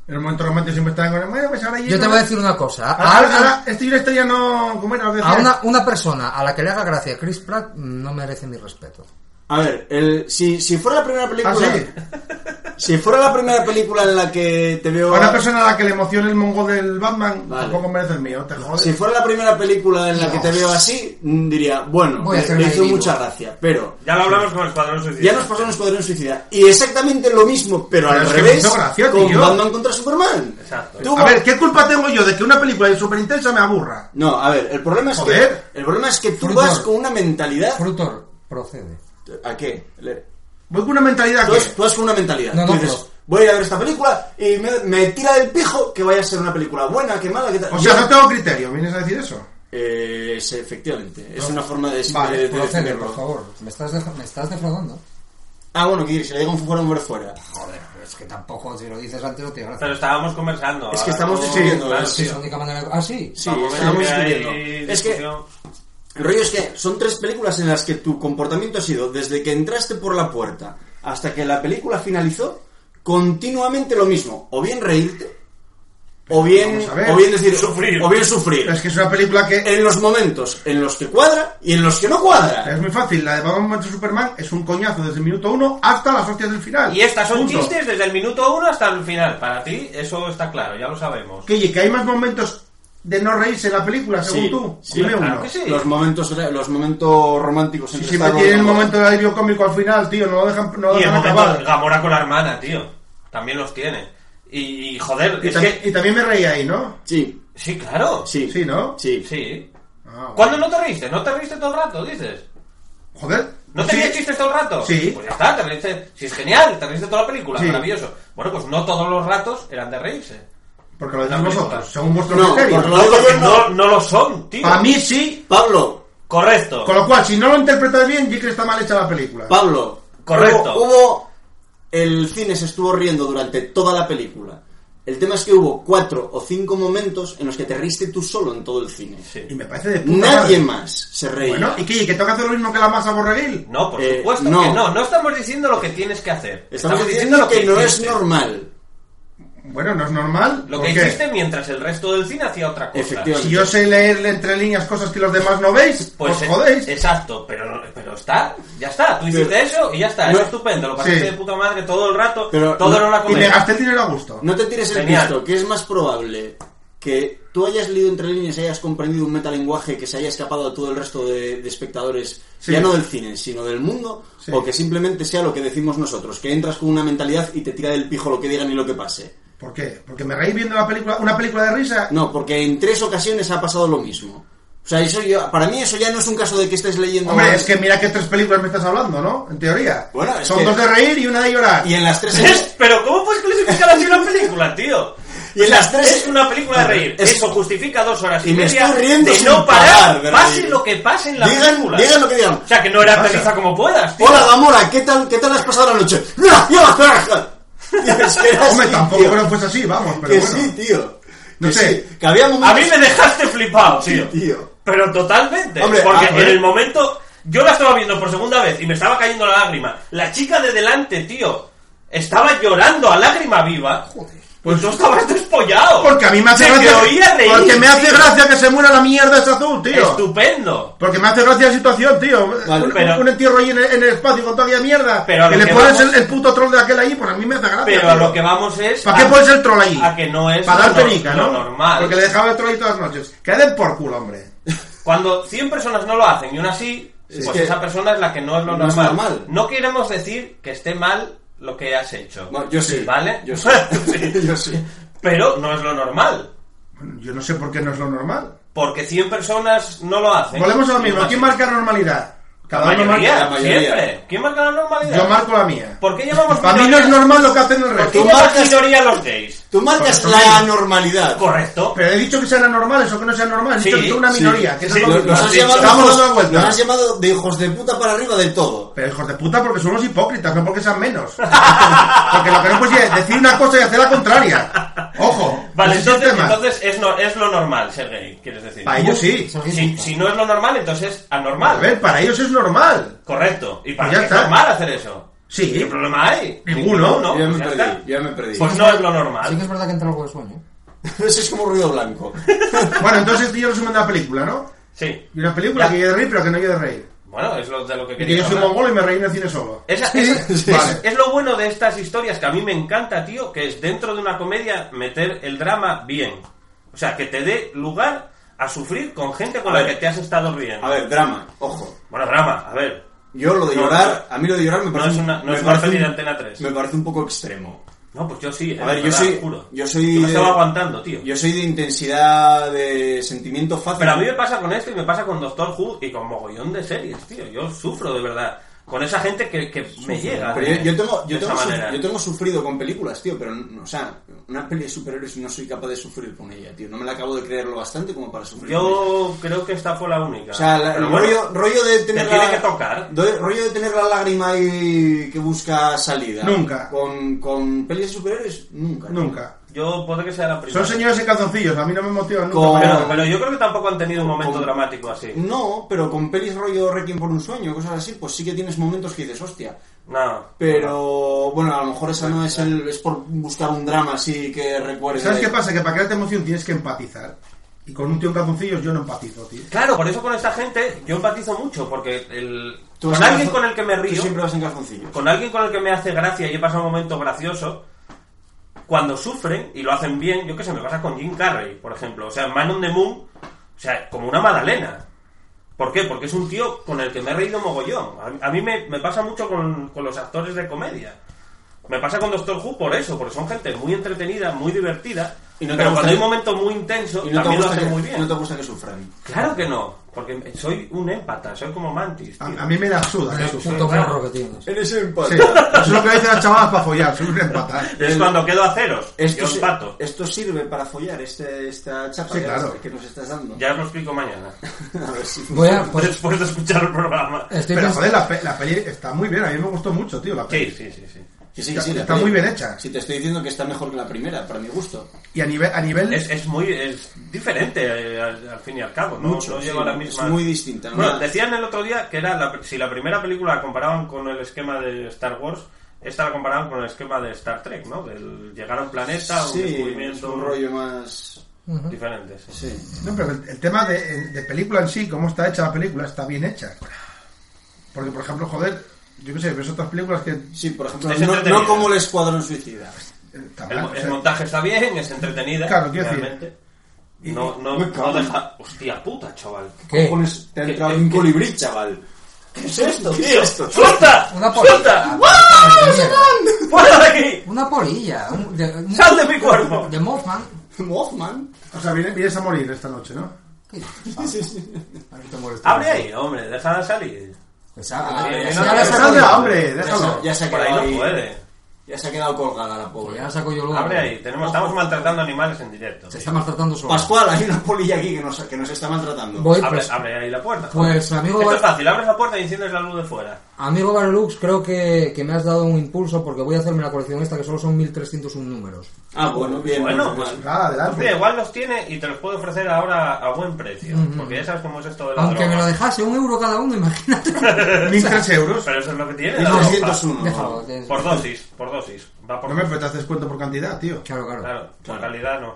H: En el momento romántico siempre estaban con el. Bueno, pues ahora
G: Yo te voy a decir una
D: Ah,
G: cosa.
H: Ahora,
G: A,
H: ahora,
G: alguien-
H: ahora, este y este ya no. ¿Cómo era? Lo que
G: a
H: decía.
G: una, una persona a la que le haga gracia Chris Pratt mm, no merece mi respeto.
D: A ver, el- si, si fuera la primera
H: Ah,
D: película,
H: sí.
D: si fuera la primera película en la que te
H: A
D: veo,
H: una persona a la que le emociona el mongo del Batman,
D: Vale.
H: tampoco merece el mío, te jodes.
D: si fuera la primera película en la que te veo así, mm, diría, bueno,
G: Voy a
D: me-
G: hacer
D: me
G: una
D: hizo
G: de
D: mucha
G: vivo.
D: gracia, pero
C: Ya lo hablamos con el Escuadrón Suicida.
D: ya nos pasó un escuadrón suicida y exactamente lo mismo, pero,
H: Pero
D: al
H: es que me
D: revés,
H: hizo gracia,
D: con
H: tío.
D: Batman contra Superman.
C: Exacto.
D: Tú-
H: A ver, ¿qué culpa tengo yo de que una película súper intensa me aburra?
D: No, a ver, el problema es
H: Joder.
D: que el problema es que tú
G: Frutor.
D: vas con una mentalidad
G: Frutor, procede.
D: ¿A qué? Le-
H: Voy con una mentalidad
D: Tú
H: que.
D: vas, tú vas con una mentalidad.
G: No,
D: Tú
G: no,
D: dices,
G: no.
D: voy a ir a ver esta película y me, me tira del pijo que vaya a ser una película buena, que mala, que tal.
H: O sea,
D: Yo-
H: no tengo criterio, ¿vienes a decir eso?
D: Eh, es- efectivamente, es una forma de,
G: Vale,
D: de- de
G: procede,
D: definirlo.
G: por favor. Me estás, deja- me estás defraudando.
D: Ah, bueno, que si le digo un fuera, un fuera, fuera.
G: Joder, pero es que tampoco, si lo dices antes, no tiene
C: Pero
G: gracia.
C: estábamos conversando.
D: Es que
C: ahora
D: estamos
C: no-
D: discutiendo,
C: claro,
D: es-
G: Sí, es
C: tío.
G: la única manera. Ah, sí.
D: Sí,
C: Vamos,
D: estamos
C: venga, que hay
D: discutiendo. Es que
C: discusión.
D: el rollo es que son tres películas en las que tu comportamiento ha sido desde que entraste por la puerta hasta que la película finalizó continuamente lo mismo, o bien reírte, o bien,
H: vamos a ver.
D: o bien decir
C: Sufrir.
D: o bien sufrir.
H: Es que es una película
C: Eh,
H: que.
D: en los momentos en los que cuadra y en los que no
H: Es
D: cuadra.
H: muy fácil, la de Batman vs Superman es un coñazo desde el minuto uno hasta las hostias del final.
C: Y estas son
H: Punto.
C: chistes desde el minuto uno hasta el final. Para ti, eso está claro, ya lo sabemos.
H: Que, oye, que hay más momentos de no reírse en la película, según
D: Sí,
H: tú.
D: sí,
H: Dime
C: claro
H: uno.
C: que sí.
D: Los momentos los momentos románticos
H: Si
D: entre
H: siempre
D: Star Wars
H: tienen el
D: y Gamora.
H: momento de alivio cómico al final, tío, no lo dejan, no lo
C: Y el
H: dejan
C: momento de
H: acabar.
C: Gamora con la hermana, tío. También los tiene. Y, y, joder,
H: Y,
C: es
H: tam-
C: que...
H: y también me reí ahí, ¿no?
D: Sí,
C: Sí, claro.
D: sí.
H: Sí, ¿no?
D: Sí.
C: Sí.
H: Ah, bueno.
C: ¿Cuándo no te reíste? ¿No te reíste todo el rato, dices?
H: Joder,
C: ¿No tenía
H: Sí.
C: chistes todo el rato?
H: Sí.
C: Pues ya está, te reíste. Si es genial, te reíste toda la película,
H: Sí.
C: maravilloso. Bueno, pues no todos los ratos eran de reírse.
H: Porque lo decís
C: No,
H: vosotros, según vuestro
D: No,
H: criterio.
D: por lo- Todos
C: Porque
D: no.
C: no, no lo son, tío.
H: Para mí sí,
D: Pablo,
C: Correcto.
H: con lo cual, si no lo interpretas bien, ya que está mal hecha la película.
D: Pablo.
C: Correcto.
D: Hubo, hubo- El cine se estuvo riendo durante toda la película. El tema es que hubo cuatro o cinco momentos en los que te riste tú solo en todo el cine.
C: Sí.
H: Y me parece de puta
D: Nadie
H: madre.
D: más se reía.
H: Bueno, ¿y qué? ¿Que tengo que hacer lo mismo que la masa borreguil?
C: No, por
D: Eh,
C: supuesto
D: no.
C: que no. No estamos diciendo lo que tienes que hacer.
D: Estamos, diciendo, que, no es
C: hiciste.
D: normal.
H: Bueno, no es normal.
C: Lo
H: ¿por
C: que
H: qué?
C: hiciste mientras el resto del cine hacía otra cosa.
D: Efectivamente.
H: Si yo sé leerle entre líneas cosas que los demás no veis,
C: Pues
H: os
C: eh,
H: jodéis.
C: exacto, pero, pero está, ya está. Tú hiciste
D: Pero-
C: eso y ya está.
D: No.
C: es estupendo, lo pasaste
H: Sí.
C: de puta madre todo el rato,
D: Pero-
C: todo era una
H: y me
C: comedia.
H: gasté el dinero a gusto.
D: No te tires el
C: Genial.
D: pisto, que es más probable que tú hayas leído entre líneas y hayas comprendido un metalenguaje que se haya escapado a todo el resto de, de espectadores,
H: Sí.
D: ya no del cine, sino del mundo,
H: Sí.
D: o que simplemente sea lo que decimos nosotros, que entras con una mentalidad y te tira del pijo lo que digan y lo que pase.
H: ¿Por qué? Porque me reí viendo la película, una película de risa.
D: No, porque en tres ocasiones ha pasado lo mismo. O sea, eso yo- para mí eso ya no es un caso de que estés leyendo...
H: Hombre,
D: mal.
H: es que mira qué tres películas me estás hablando, ¿no? En teoría.
D: Bueno, es
H: Son
D: que-
H: dos de reír y una de llorar.
D: Y en las tres...
C: ¿Ves? Pero ¿cómo puedes clasificar así una película, tío?
D: Y en las tres-
C: Es una película de reír.
D: Es-
C: Eso justifica dos horas y,
D: Y me
C: media
D: estoy riendo
C: de
D: sin
C: no parar,
D: parar de
C: pase
D: reír.
C: lo que pase en la
D: Digan-
C: película.
D: digan lo que digan.
C: O sea, que no era
H: Pasa.
C: feliz como puedas, tío.
D: Hola, Gamora, ¿qué tal, ¿qué tal has pasado la noche? Es que era
H: Hombre,
D: así,
H: tampoco
D: tío.
H: creo que fuese así, vamos, pero
D: que
H: bueno.
D: sí, tío.
H: No
D: Que
H: sé.
D: sí, Que había momentos...
C: A mí me dejaste flipado, tío.
D: tío.
C: Pero totalmente.
D: Hombre,
H: ah,
C: porque
D: a ver.
C: en el momento. Yo la estaba viendo por segunda vez y me estaba cayendo la lágrima. La chica de delante, tío, estaba llorando a lágrima viva. Joder. Pues tú estabas despollado.
H: Porque a mí me hace
C: De que
H: gracia.
C: oía reír,
H: porque me hace
C: tío.
H: gracia que se muera la mierda esa azul, tío.
C: Estupendo.
H: Porque me hace gracia la situación, tío.
D: Vale,
H: un,
C: pero-
H: un entierro ahí en el, en el espacio con toda aquella mierda.
C: Pero a
H: que
C: lo
H: le
C: que
H: pones
C: vamos-
H: el, el puto troll de aquel ahí, pues a mí me hace gracia.
C: Pero
H: tío.
C: a lo que vamos es.
H: ¿Para qué
C: a-
H: pones el troll allí?
C: A que no es.
H: Para dar
C: lo-
H: perica,
C: lo
H: ¿no?
C: normal.
H: Porque le dejaba el troll ahí todas las noches. Que den por culo, hombre.
C: Cuando 100 personas no lo hacen y una sí,
D: Es
C: pues
D: que
C: esa persona es la que no es lo
D: no es
C: normal.
D: normal.
C: No queremos decir que esté mal lo que has hecho.
D: No, yo sí.
C: ¿Vale?
D: Yo sí. yo sí.
C: Pero no es lo normal.
H: Bueno, Yo no sé por qué no es lo normal.
C: Porque 100 personas no lo hacen.
H: Volvemos a lo
C: Y
H: mismo.
C: una
H: ¿Quién
C: sí.
H: marca la normalidad?
C: La
H: uno
C: mayoría,
D: la mayoría.
C: siempre. ¿Quién marca la normalidad?
H: marca- Yo marco la mía.
C: ¿Por qué llamamos
H: Para mí no es normal lo que hacen el
C: ¿Por
H: resto.
C: qué
D: Tú
C: llamas
D: marcas-
C: minoría a los gays?
D: Tú marcas
H: Correcto.
D: la normalidad.
C: Correcto.
H: Pero he dicho que sean anormales o que no sean normales. He
C: Sí,
H: dicho que son una
C: sí,
H: minoría. que eso
C: sí,
H: es lo
D: Nos-
H: que
D: Nos
C: has
D: has,
C: dicho.
D: llamado,
H: Estamos dando la
D: nos
H: vuelta.
D: has llamado de hijos de puta para arriba del todo.
H: Pero hijos de puta porque somos hipócritas, no porque sean menos. porque lo que no puedes es decir una cosa y hacer la contraria. Ojo.
C: Vale,
H: ese
C: entonces,
H: sistema.
C: entonces es, no, es lo normal ser gay, quieres decir.
H: Para ellos sí.
C: Si, si no es lo normal, entonces es
H: A
C: anormal.
H: ver, para ellos es normal.
C: Correcto. Y para
H: Pues ya
C: mí es
H: está.
C: normal hacer eso.
H: Sí.
C: ¿Qué problema hay?
H: Ninguno.
C: ¿no?
D: ya me
C: Pues ya
D: perdí,
C: está.
D: ya me perdí.
C: Pues no es lo
G: Sí que
C: normal.
G: es verdad que entra algo de sueño. ¿eh?
D: Eso es como ruido blanco.
H: Bueno, entonces yo resumen de la película, ¿no?
C: Sí.
H: Y una película
C: Ya.
H: que yo de reír, pero que no yo de reír.
C: Bueno, es lo de lo que
H: Y que yo
C: quería
H: soy mongolo y me reí en el cine solo.
C: Esa- esa-
D: sí,
C: es,
H: sí.
C: es lo bueno de estas historias que a mí me encanta, tío, que es dentro de una comedia meter el drama bien. O sea, que te dé lugar a sufrir con gente con
D: A
C: la
D: ver.
C: que te has estado riendo.
D: A ver, drama, ojo.
C: Bueno, drama, a ver.
D: Yo lo de
C: No,
D: llorar, a mí lo de llorar me
C: no
D: parece,
C: es una- no
D: me
C: es una
D: parece
C: peli de
D: un-
C: Antena 3.
D: Me parece un poco extremo.
C: No, pues yo sí. eh,
D: A ver, yo
C: verdad,
D: soy,
C: juro.
D: yo soy,
C: Yo me
D: de-
C: estaba aguantando, tío.
D: Yo soy de intensidad de sentimiento fácil.
C: Pero a mí me pasa con esto y me pasa con Doctor Who y con mogollón de series, tío. Yo sufro de verdad. Con esa gente que, que me llega. ¿eh?
D: Pero yo, yo tengo,
C: de
D: yo, tengo
C: esa
D: suf-
C: manera.
D: yo tengo sufrido con películas, tío, pero, no- o sea, una peli de superhéroes no soy capaz de sufrir con ella, tío. No me la acabo de creerlo bastante como para sufrir. con ella.
C: Yo creo que esta fue la única.
D: O sea, la-
C: Pero
D: el
C: bueno,
D: rollo, rollo de tener
C: tiene
D: la,
C: que tocar.
D: do- rollo de tener la lágrima ahí que busca salida.
H: Nunca.
D: Con, con pelis de superhéroes, nunca. tío.
H: Nunca.
C: Yo podré que sea la primera.
H: Son señores en calzoncillos, a mí no me motivan nunca.
D: Con-
H: para
C: Pero,
H: nada.
C: pero yo creo que tampoco han tenido un momento
D: Con-
C: dramático así.
D: No, pero con pelis rollo Requiem por un sueño, cosas así, pues sí que tienes momentos que dices, hostia.
C: No.
D: Pero bueno, a lo mejor esa no es el. es por buscar un drama así que recuerde.
C: eh.
H: ¿Sabes qué pasa? Que para crearte emoción tienes que empatizar. Y con un tío en calzoncillos yo no empatizo, tío.
C: Claro, por eso con esta gente yo empatizo mucho, porque el...
D: Tú vas
C: con
D: en
C: alguien
D: calzon-
C: con el que me
D: Tú
C: río,
D: siempre vas en calzoncillos.
C: con alguien con el que me hace gracia y he pasado un momento gracioso, cuando sufren y lo hacen bien, yo qué sé, me pasa con Jim Carrey, por ejemplo. O sea, Man on the Moon, o sea, como una magdalena. ¿Por qué? Porque es un tío con el que me he reído mogollón. A, a mí me, me pasa mucho con, con los actores de comedia. Me pasa con Doctor Who por eso, porque son gente muy entretenida, muy divertida.
D: Y no te
C: pero
D: gusta
C: cuando
D: que-
C: hay un momento muy intenso,
D: Y no te,
C: también lo
D: gusta
C: hacen
D: que,
C: muy bien.
D: no te gusta que sufran.
C: Claro que no. Porque soy un empata, soy como Mantis.
H: A,
C: tío.
H: a mí me la suda,
G: El
H: Jesús.
G: puto gorro que tienes.
D: Eres
H: Sí,
D: empata.
H: eso es lo que dicen las chavalas para follar, soy un empata. ¿eh?
C: Es cuando quedo a ceros.
D: Esto,
C: yo
D: se-
C: empato.
D: esto sirve para follar este, esta chapa
H: Sí,
D: ya
H: claro.
D: que nos estás dando.
C: Ya os lo explico mañana.
D: A ver si
G: Voy a. pues,
C: Después de escuchar el programa.
D: Eh,
G: estoy
H: Pero
G: pens-
H: joder, la, pe- la peli está muy bien, a mí me gustó mucho, tío, la peli.
C: Sí, sí, sí, sí.
D: Que sí, que
H: Está-
D: sí, la
H: está
D: peli-
H: muy bien hecha.
D: Si te estoy diciendo que está mejor que la primera, para mi gusto.
H: Y a nivel, a nivel
C: Es, es muy es diferente eh, al, al fin y al cabo, ¿no?
D: Mucho,
C: No
D: sí,
C: lleva la
D: es
C: misma.
D: muy distinta, ¿no?
C: Bueno, decían el otro día que era la- si la primera película la comparaban con el esquema de Star Wars, esta la comparaban con el esquema de Star Trek, ¿no? Del llegar a un planeta, un
D: sí, es
C: descubrimiento
D: un rollo más...
C: diferente. sí.
D: Sí.
H: No, pero el, el tema de, de película en sí, cómo está hecha la película, está bien hecha. Porque, por ejemplo, joder, yo qué sé, ves otras películas que...
D: Sí, por ejemplo,
C: Es
D: no,
C: entretenida.
D: no como el Escuadrón Suicida.
H: está
C: El,
H: mal, eh, o
C: el
H: sea,
C: montaje está bien, es entretenida.
H: Claro, quiero decir-
C: realmente.
H: y-
C: No, no,
D: muy
C: no
D: cabrón.
C: deja. Hostia puta, chaval.
G: ¿Qué?
D: Cojones,
H: eh,
D: Te ha
C: ¿Qué-
D: entrado
C: qué-
D: un
C: qué-
D: colibrí, chaval. ¿Qué es esto,
C: ¿Qué
D: tío?
C: es esto? ¡Suelta!
G: Una polilla.
C: ¡Suelta!
G: ¡Ah, mierda!
C: ¡Fuera de aquí!
G: Una polilla. un- de- un-
C: ¡Sal de mi cuerpo!
G: De Mothman.
D: Mothman.
H: O sea, vienes, vienes a morir esta noche, ¿no? A ver, te mueres.
C: Abre ahí, hombre, deja de salir.
G: Pues ah,
D: Ah,
G: ya
D: ya
G: se-
D: no
G: ya la
D: te
G: saco
H: ¡Sal de
G: yo.
H: la, hombre!
D: Ya se,
H: ¡Déjalo!
D: ya se ha
C: Por ahí
D: quedado
C: no
D: ahí.
C: puede.
D: Ya se ha quedado colgada la pobre.
G: Pues Ya la saco yo luego.
C: Abre ahí, tenemos, estamos maltratando animales en directo.
G: Se está maltratando solo.
D: Pascual, hay una polilla aquí que nos, que nos está maltratando.
G: Voy,
C: Abre,
G: pues,
C: abre ahí la puerta.
G: Pues, amigo-
C: Esto es fácil, abres la puerta y enciendes la luz de fuera.
G: Amigo Barlux, creo que, que me has dado un impulso porque voy a hacerme la colección esta que solo son 1301 números.
D: Ah, bueno, bien.
C: Bueno,
D: normal.
C: pues-
H: Ah,
C: Pues mira,
H: adelante.
C: igual los tiene y te los puedo ofrecer ahora a buen precio. Porque ya sabes cómo es esto de la
G: Aunque me lo
C: droga.
G: dejase un euro cada uno, imagínate.
H: Mis tres euros.
C: Pero eso es lo que tiene.
D: Y
C: la droga.
D: 201.
G: Déjalo. de-
C: Por dosis, por dosis. Va por
H: No me metas descuento por cantidad, tío.
G: Claro, claro.
C: Claro, por calidad no.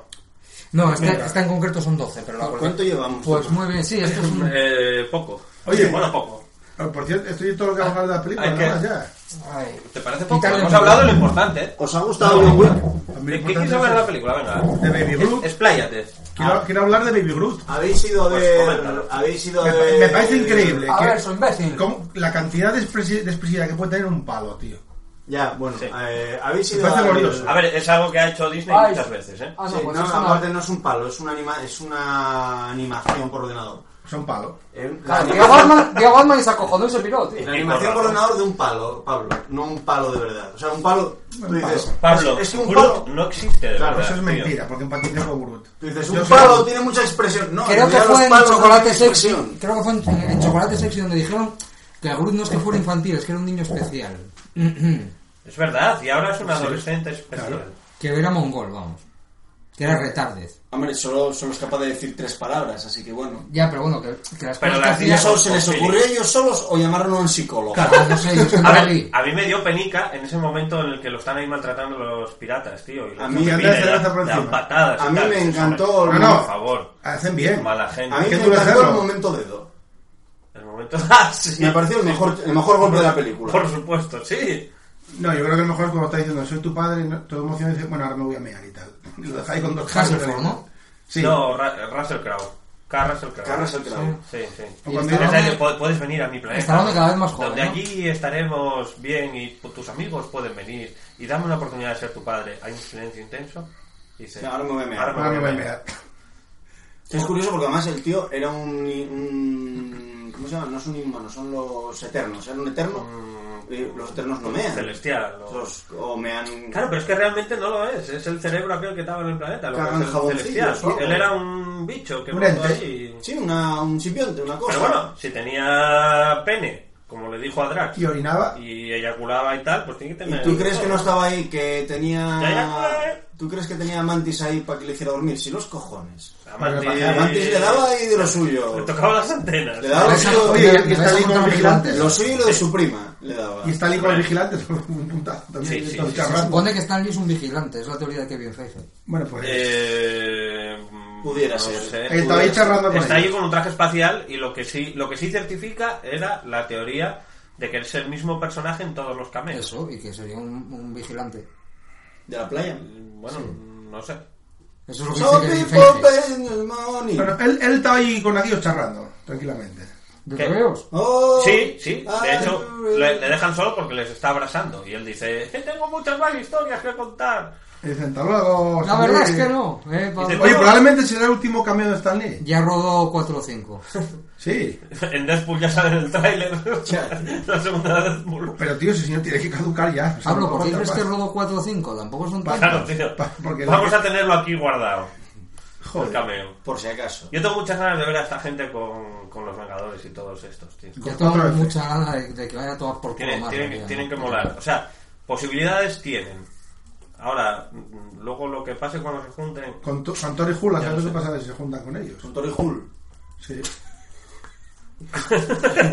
G: No, esta, esta en concreto son 12, pero la
D: ¿Cuánto llevamos?
G: Pues muy bien, sí, esto es un...
C: Eh, poco.
H: Oye.
C: bueno, poco.
H: Ah, Por cierto, estoy todo lo que vamos a hablar de la película,
C: hay
H: nada más
C: que-
H: ya.
G: Ay.
C: ¿Te parece poco?
G: Quitarle
C: Hemos
G: el
C: hablado de lo
G: micrófono.
C: importante. ¿eh?
D: ¿Os ha gustado John Wick?
H: A mí lo
C: ¿Qué
H: importante
C: quieres saber
H: es
C: de la
H: eso.
C: película? Venga.
H: De Baby Groot.
C: Expláyate.
G: Ah.
H: Quiero, quiero hablar de Baby Groot.
D: Habéis ido a
C: Pues
D: ver.
C: coméntalo.
D: habéis ido a
H: Me, pa-
D: ver.
H: me parece increíble
G: A
H: que-
G: ver, soy imbécil.
H: cómo- la cantidad de expresi- de expresividad que puede tener un palo, tío.
D: Ya, bueno,
C: Sí.
D: eh, habéis
H: Me
D: ido
H: parece
D: a
H: glorioso.
C: A ver, es algo que ha hecho Disney
G: Ay.
C: muchas veces, ¿eh?
G: Ah,
D: Sí,
G: no, pues
D: no,
G: es una-
D: aparte no es un palo, es una, anima, es una animación por ordenador.
H: Son palo.
D: Eh, La,
G: Claro, Diego
D: animación,
G: Goldman- Diego Goldman y se acojonó y se piró, tío.
D: la animación por ordenador de un palo, Pablo, no un palo de verdad. O sea, un palo. Tú
H: Un palo.
D: dices,
C: Pablo,
D: es que un
C: Groot
D: palo.
C: no existe, de
D: Claro,
C: verdad,
H: Eso es
C: tío.
H: mentira, porque empatizé con Groot.
D: Tú dices,
H: Yo
D: un
H: soy
D: palo
H: Groot.
D: tiene mucha expresión. No,
G: Creo que
D: realidad
G: fue
D: los
G: en
D: palos no
G: Chocolate
D: tienen
G: Sexy.
D: expresión.
G: Creo que fue en, en Chocolate Sexy donde dijeron que a Groot no es que fuera infantil, es que era un niño especial. que
C: Es verdad, y ahora es un adolescente especial.
G: era mongol, vamos. Que era retardez.
D: Hombre, solo, solo es capaz de decir tres palabras, así que bueno.
G: Ya, pero bueno, que, que las cosas que
C: Pero las
D: ¿Y
G: hacía-
C: niñas
D: eso se les
C: Sí.
D: ocurrió a ellos solos o llamaron a un psicólogo?
G: Ah, no sé, yo es que no
C: A
G: la
C: ver,
G: vi.
C: a mí me dio penica en ese momento en el que lo están ahí maltratando los piratas, tío. Y
D: A
C: los
D: mí me
C: piden,
H: encanta
C: dan-
H: hacer por
C: dan
H: encima.
C: patadas. y
D: A mí
C: tal.
D: me
C: Hombre,
D: encantó-
C: no,
H: no.
C: por favor.
H: Hacen bien.
C: Mala gente.
D: A mí
H: ¿Qué
D: me
H: tú le
D: encantó el
H: haces?
D: momento dedo.
C: El momento. Ah, sí.
D: Me pareció el mejor, el mejor golpe de la película.
C: Por supuesto, sí.
H: No, yo creo que lo mejor es cuando está diciendo, soy tu padre, ¿no? todo emocionado y dice, bueno, ahora me voy a mear y tal. Y lo deja ahí con dos
G: Hasselhoff,
H: caras,
G: ¿no?
H: Sí.
C: No, Ra- Russell Crowe. K. Russell Crowe.
D: Carras el clavo.
C: Sí, sí.
H: O
G: Y
H: cuando
G: está-
H: dice,
C: Ese año, "Pu- puedes venir a mi planeta.
G: Estalón cada vez más joven,
C: Donde
G: ¿no?
C: allí estaremos bien y pu- tus amigos pueden venir. Y dame una oportunidad de ser tu padre. Hay un silencio intenso. Y dice,
D: Ahora me voy a mear.
H: ahora me voy a mear.
D: Es curioso porque además el tío era un, un- ¿Cómo se llama? No son inhumanos, son los eternos. Era un eterno. Eh, los eternos no mean.
C: Celestial, ¿no?
D: Los- o mean.
C: Claro, pero es que realmente no lo es. Es el cerebro aquel que estaba en el planeta. Lo
D: Cagan
C: que es el
D: jaboncillos
C: celestial.
D: o algo.
C: Él era un bicho que
H: Un
C: montó
H: ente.
C: ahí.
D: Sí, una, un simbionte, una cosa.
C: Pero bueno, si tenía pene, como le dijo a Drax,
H: Y orinaba.
C: y eyaculaba y tal, pues tiene que tener.
D: ¿Y tú crees
C: todo.
D: que no estaba ahí que
C: Ya, ya, eh.
D: tenía. ¿Tú crees que tenía a Mantis ahí para que le hiciera dormir? Sí, los cojones.
C: A Mantis,
D: A Mantis le daba ahí de lo suyo.
C: Le tocaba las antenas.
D: Le daba lo
G: Esa-
D: suyo.
H: Oye, y
G: Me
H: está
G: vais a
H: ahí con
G: contar
H: los
G: un
H: vigilantes.
D: Lo suyo y lo de su prima le daba.
H: Y está ahí con los vigilantes, por un puntazo también.
C: Sí, sí,
H: todos
C: sí, sí.
H: charrando.
G: Supone que Stanley es un vigilante, es la teoría de Kevin Feige.
H: Bueno, pues...
C: Eh, mm,
D: Pudiera
C: no
D: ser.
C: sé.
H: Él estaba ahí charlando con
C: Está allí
H: ellos.
C: con un traje espacial y lo que sí, lo que sí certifica era la teoría de que es el mismo personaje en todos los cameos.
G: Eso, y que sería un, un vigilante.
D: De la playa.
C: Bueno, no sé.
G: Eso es lo que
D: So
G: dice Kevin
D: people
G: Feige.
D: pay money.
H: Bueno, él, él estaba ahí con aquellos charrando, tranquilamente.
G: de
C: ¿Qué?
G: Tebeos.
D: ¡Oh!
C: Sí, sí. De
D: Ay,
C: hecho,
D: ay,
C: le, le dejan solo porque les está abrazando. Y él dice, tengo muchas más historias que contar.
H: Y Dicen, hasta luego.
G: La
H: Stan
G: verdad
H: Lee".
G: es que no. eh, pa-
C: Dice,
H: Oye, probablemente será el último cameo de Stanley.
G: Ya rodó 4 o 5.
H: Sí.
C: En Deadpool ya sale en el tráiler. la segunda de Deadpool.
H: Pero tío, ese señor tiene que caducar ya. O sea,
G: Hablo, este ¿por
H: no
G: qué
H: aguanta
G: crees
H: más.
G: que rodó 4 o 5? Tampoco son
C: Claro,
G: tantos.
C: tío.
H: pa- porque-
C: Vamos a tenerlo aquí guardado. El
H: Joder.
C: cameo.
D: Por si acaso.
C: Yo tengo muchas ganas de ver a esta gente con, con los Vengadores y todos estos, tío.
G: Ya
H: Otra
G: tengo
H: vez.
G: mucha ganas de, de que vayan a tomar por culo
C: Tienen,
G: más.
C: tienen, que,
G: ya,
C: tienen
G: ¿no?
C: que molar. O sea, posibilidades tienen. Ahora, mm, luego lo que pase cuando se junten.
H: Con, to- con Tori Hula,
C: Ya
H: ¿sabes
C: lo
H: lo que
C: sé.
H: pasa si se juntan con ellos?
D: Con Tori Hull.
H: Sí.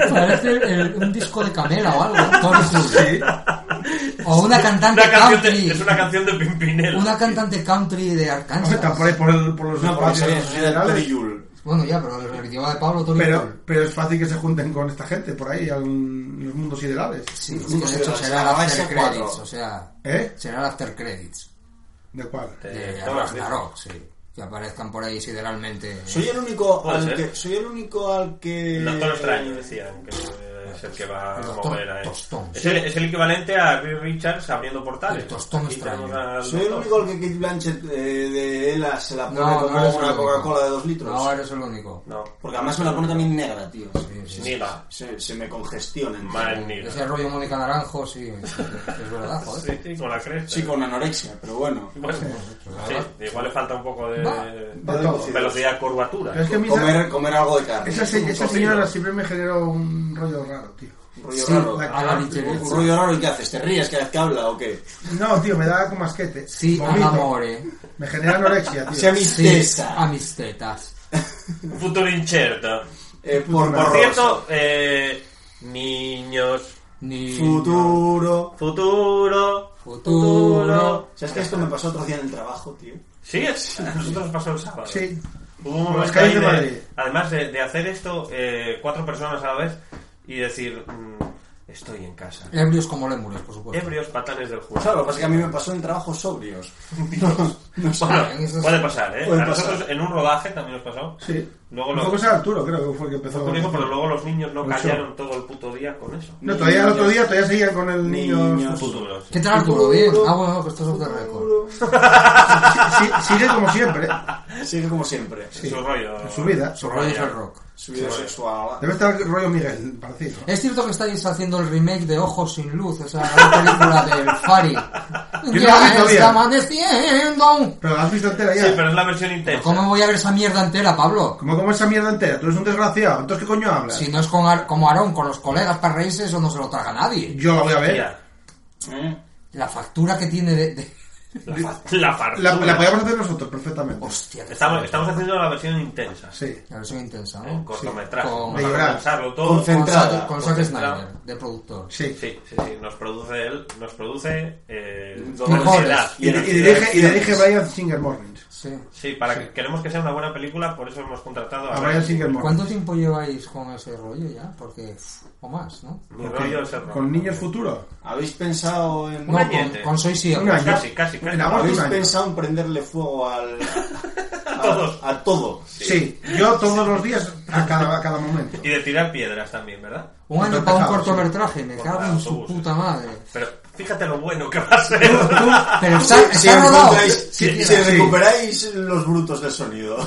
G: Parece el- un disco de Camela o algo. Tony Cruz. O una cantante
C: Una canción
G: country.
C: de, es una canción de Pimpinel.
G: Una cantante country de
H: Hombre,
G: Arkansas.
H: está por ahí por, el- por los
D: No, porque
H: espacios
D: sabía, era
H: generales.
D: Tori Hull.
G: Bueno, ya, pero el idioma de Pablo Tony
H: Pero,
G: Cruz.
H: pero es fácil que se junten con esta gente por ahí, al- en los mundos ideales.
G: Sí, es que de hecho
D: Sí,
G: será el
D: la
G: after
D: base cuatro.
G: credits, o sea,
H: ¿Eh?
G: será el after credits.
H: ¿De cuál?
C: Eh,
G: De
C: toma,
G: Ragnarok, sí. Que aparezcan por ahí sideralmente.
D: Soy el único
C: Puede
D: al
C: ser.
D: que. Soy el único al que.
C: El Doctor
G: eh,
C: Extraño decían que es el que va a
G: El Doctor
C: mover a él.
G: pues, Tostón.
C: Es el, es el equivalente a Reed Richards abriendo portales.
G: El Tostón
C: Aquí tenemos
G: extraño.
C: al
D: Soy el
C: Doctor.
D: único al que Kate Blanchett eh, de Ela se la pone como
G: eres el
D: una
G: único.
D: Coca-Cola de dos litros.
G: No, eres el único.
C: No,
D: Porque además me la pone también negra, tío.
C: ni la.
D: Se, se me congestiona. entero.
C: Mal ni la.
G: Ese rollo Mónica Naranjo, sí, es verdad, joder.
C: Sí, sí, con la cresta.
D: Sí, con anorexia, pero bueno.
C: Bueno, sí, igual le falta un poco de
G: Va,
H: va todo.
C: velocidad curvatura.
H: Pero es que a mí esa,
D: Comer, comer algo de carne.
H: esa, se-
D: Un
H: esa
D: tocino.
H: señora siempre me generó un rollo raro, tío. Ah,
D: Un rollo
G: Sí,
D: raro.
G: a la literatura.
D: Un rollo raro, ¿y qué haces? ¿Te ríes cada vez que habla o qué?
H: No, tío, me da como asquete.
G: Sí, al
H: Vomito.
G: amore.
H: Me genera anorexia, tío.
D: Se
G: Sí,
D: amistesa.
G: a mis tetas.
C: Un futuro incierto.
D: Eh, por
C: Por
D: borroso.
C: cierto, eh, niños,
G: Ni...
D: Futuro.
C: futuro,
G: Futuro.
D: ¿Sabes que esto me pasó otro día en el trabajo, tío?
C: Sí, es- a nosotros nos pasó el sábado.
H: Sí.
C: Hubo un
H: Por las
C: momento
H: calles
C: ahí
H: de
C: de-
H: Madrid.
C: además de, de hacer esto eh, cuatro personas a la vez y decir, mm, estoy en casa.
G: Ebrios como lémures, por supuesto.
C: Ebrios patanes del juego.
D: Claro, lo que pasa es que a mí me pasó en trabajos sobrios. No sé.
C: Bueno,
G: Eso es-
C: puede pasar, ¿eh?
D: puede
C: a nosotros
D: pasar.
C: en un rodaje también nos pasó.
H: Sí.
C: Luego
H: Fue
C: lo-
H: cosa de Arturo, creo que fue el que empezó.
C: Lo único, pero luego los niños no
H: Por eso.
C: callaron todo el puto día con eso.
H: No, todavía el otro día todavía seguían con el niño.
D: Niños.
C: Futuro. sí.
G: ¿Qué tal Arturo? Bien. Ah, bueno, que esto es off the record.
H: Sí, sigue como siempre, ¿eh?
D: Sigue como siempre.
C: Su rollo.
H: en su vida.
G: Su rollo es el rock.
D: Su vida sexual.
H: Debe estar el rollo Miguel, parecido.
G: Es cierto que estáis haciendo el remake de Ojos sin Luz, esa gran película del Fari.
H: no la he
G: ya
H: visto
G: está
H: bien.
G: amaneciendo.
H: Pero la has visto entera ya.
C: Sí, pero es la versión intensa.
G: ¿Cómo voy a ver esa mierda entera, Pablo?
H: ¿Cómo como esa mierda entera? Tú eres un desgraciado. Entonces, ¿qué coño hablas?
G: Si no es con Ar- como Aarón, con los colegas para reírse, eso no se lo traga nadie.
H: Yo la voy a ver.
C: Mira,
D: ¿Eh?
G: La factura que tiene de... de-
C: la, fa- la fartura.
H: La, la podíamos hacer nosotros perfectamente.
G: Hostia, que
C: Estamos, estamos haciendo la versión intensa.
H: Sí.
G: La versión intensa, ¿no?
C: En cortometraje.
G: Sí. Con-
C: Vamos
H: de
C: a
H: llorar.
C: condensarlo todo.
G: Con
D: Concentra-
G: Zack- Con Zack
C: Concentrado.
G: Snyder, de productor.
H: Sí.
C: Sí, sí, sí. Nos produce él. Nos produce. Eh,
D: Dolores.
C: ansiedad.
H: Y, y dirige, y dirige Brian Singer Mornings.
G: Sí.
C: Sí, para que queremos que sea una buena película, por eso hemos contratado a,
H: A Brian Singer Mornings.
G: ¿Cuánto tiempo lleváis con ese rollo ya? Porque... pff, O más, ¿no?
C: Mi rollo es el rock.
H: Con Niños Futuro.
D: ¿Habéis pensado en...
G: No, con,
C: añete.
G: con Soy Ciego.
H: Un año.
C: Casi, casi, casi.
H: En agosto
D: ¿Habéis
H: un año.
D: pensado en prenderle fuego al... A,
C: todos.
D: A todo.
H: Sí. Yo todos los días, a cada, a cada momento.
C: Y de tirar piedras también, ¿verdad?
G: Un año
H: Está
G: para un
H: empezado, sí.
G: cortometraje, me
C: Por
G: cago en su
C: autobuses.
G: puta madre.
C: Pero fíjate lo bueno que va a ser.
G: Pero está,
D: Si
G: está rodado.
D: encontráis- si- si
H: sí.
D: recuperáis los brutos del sonido.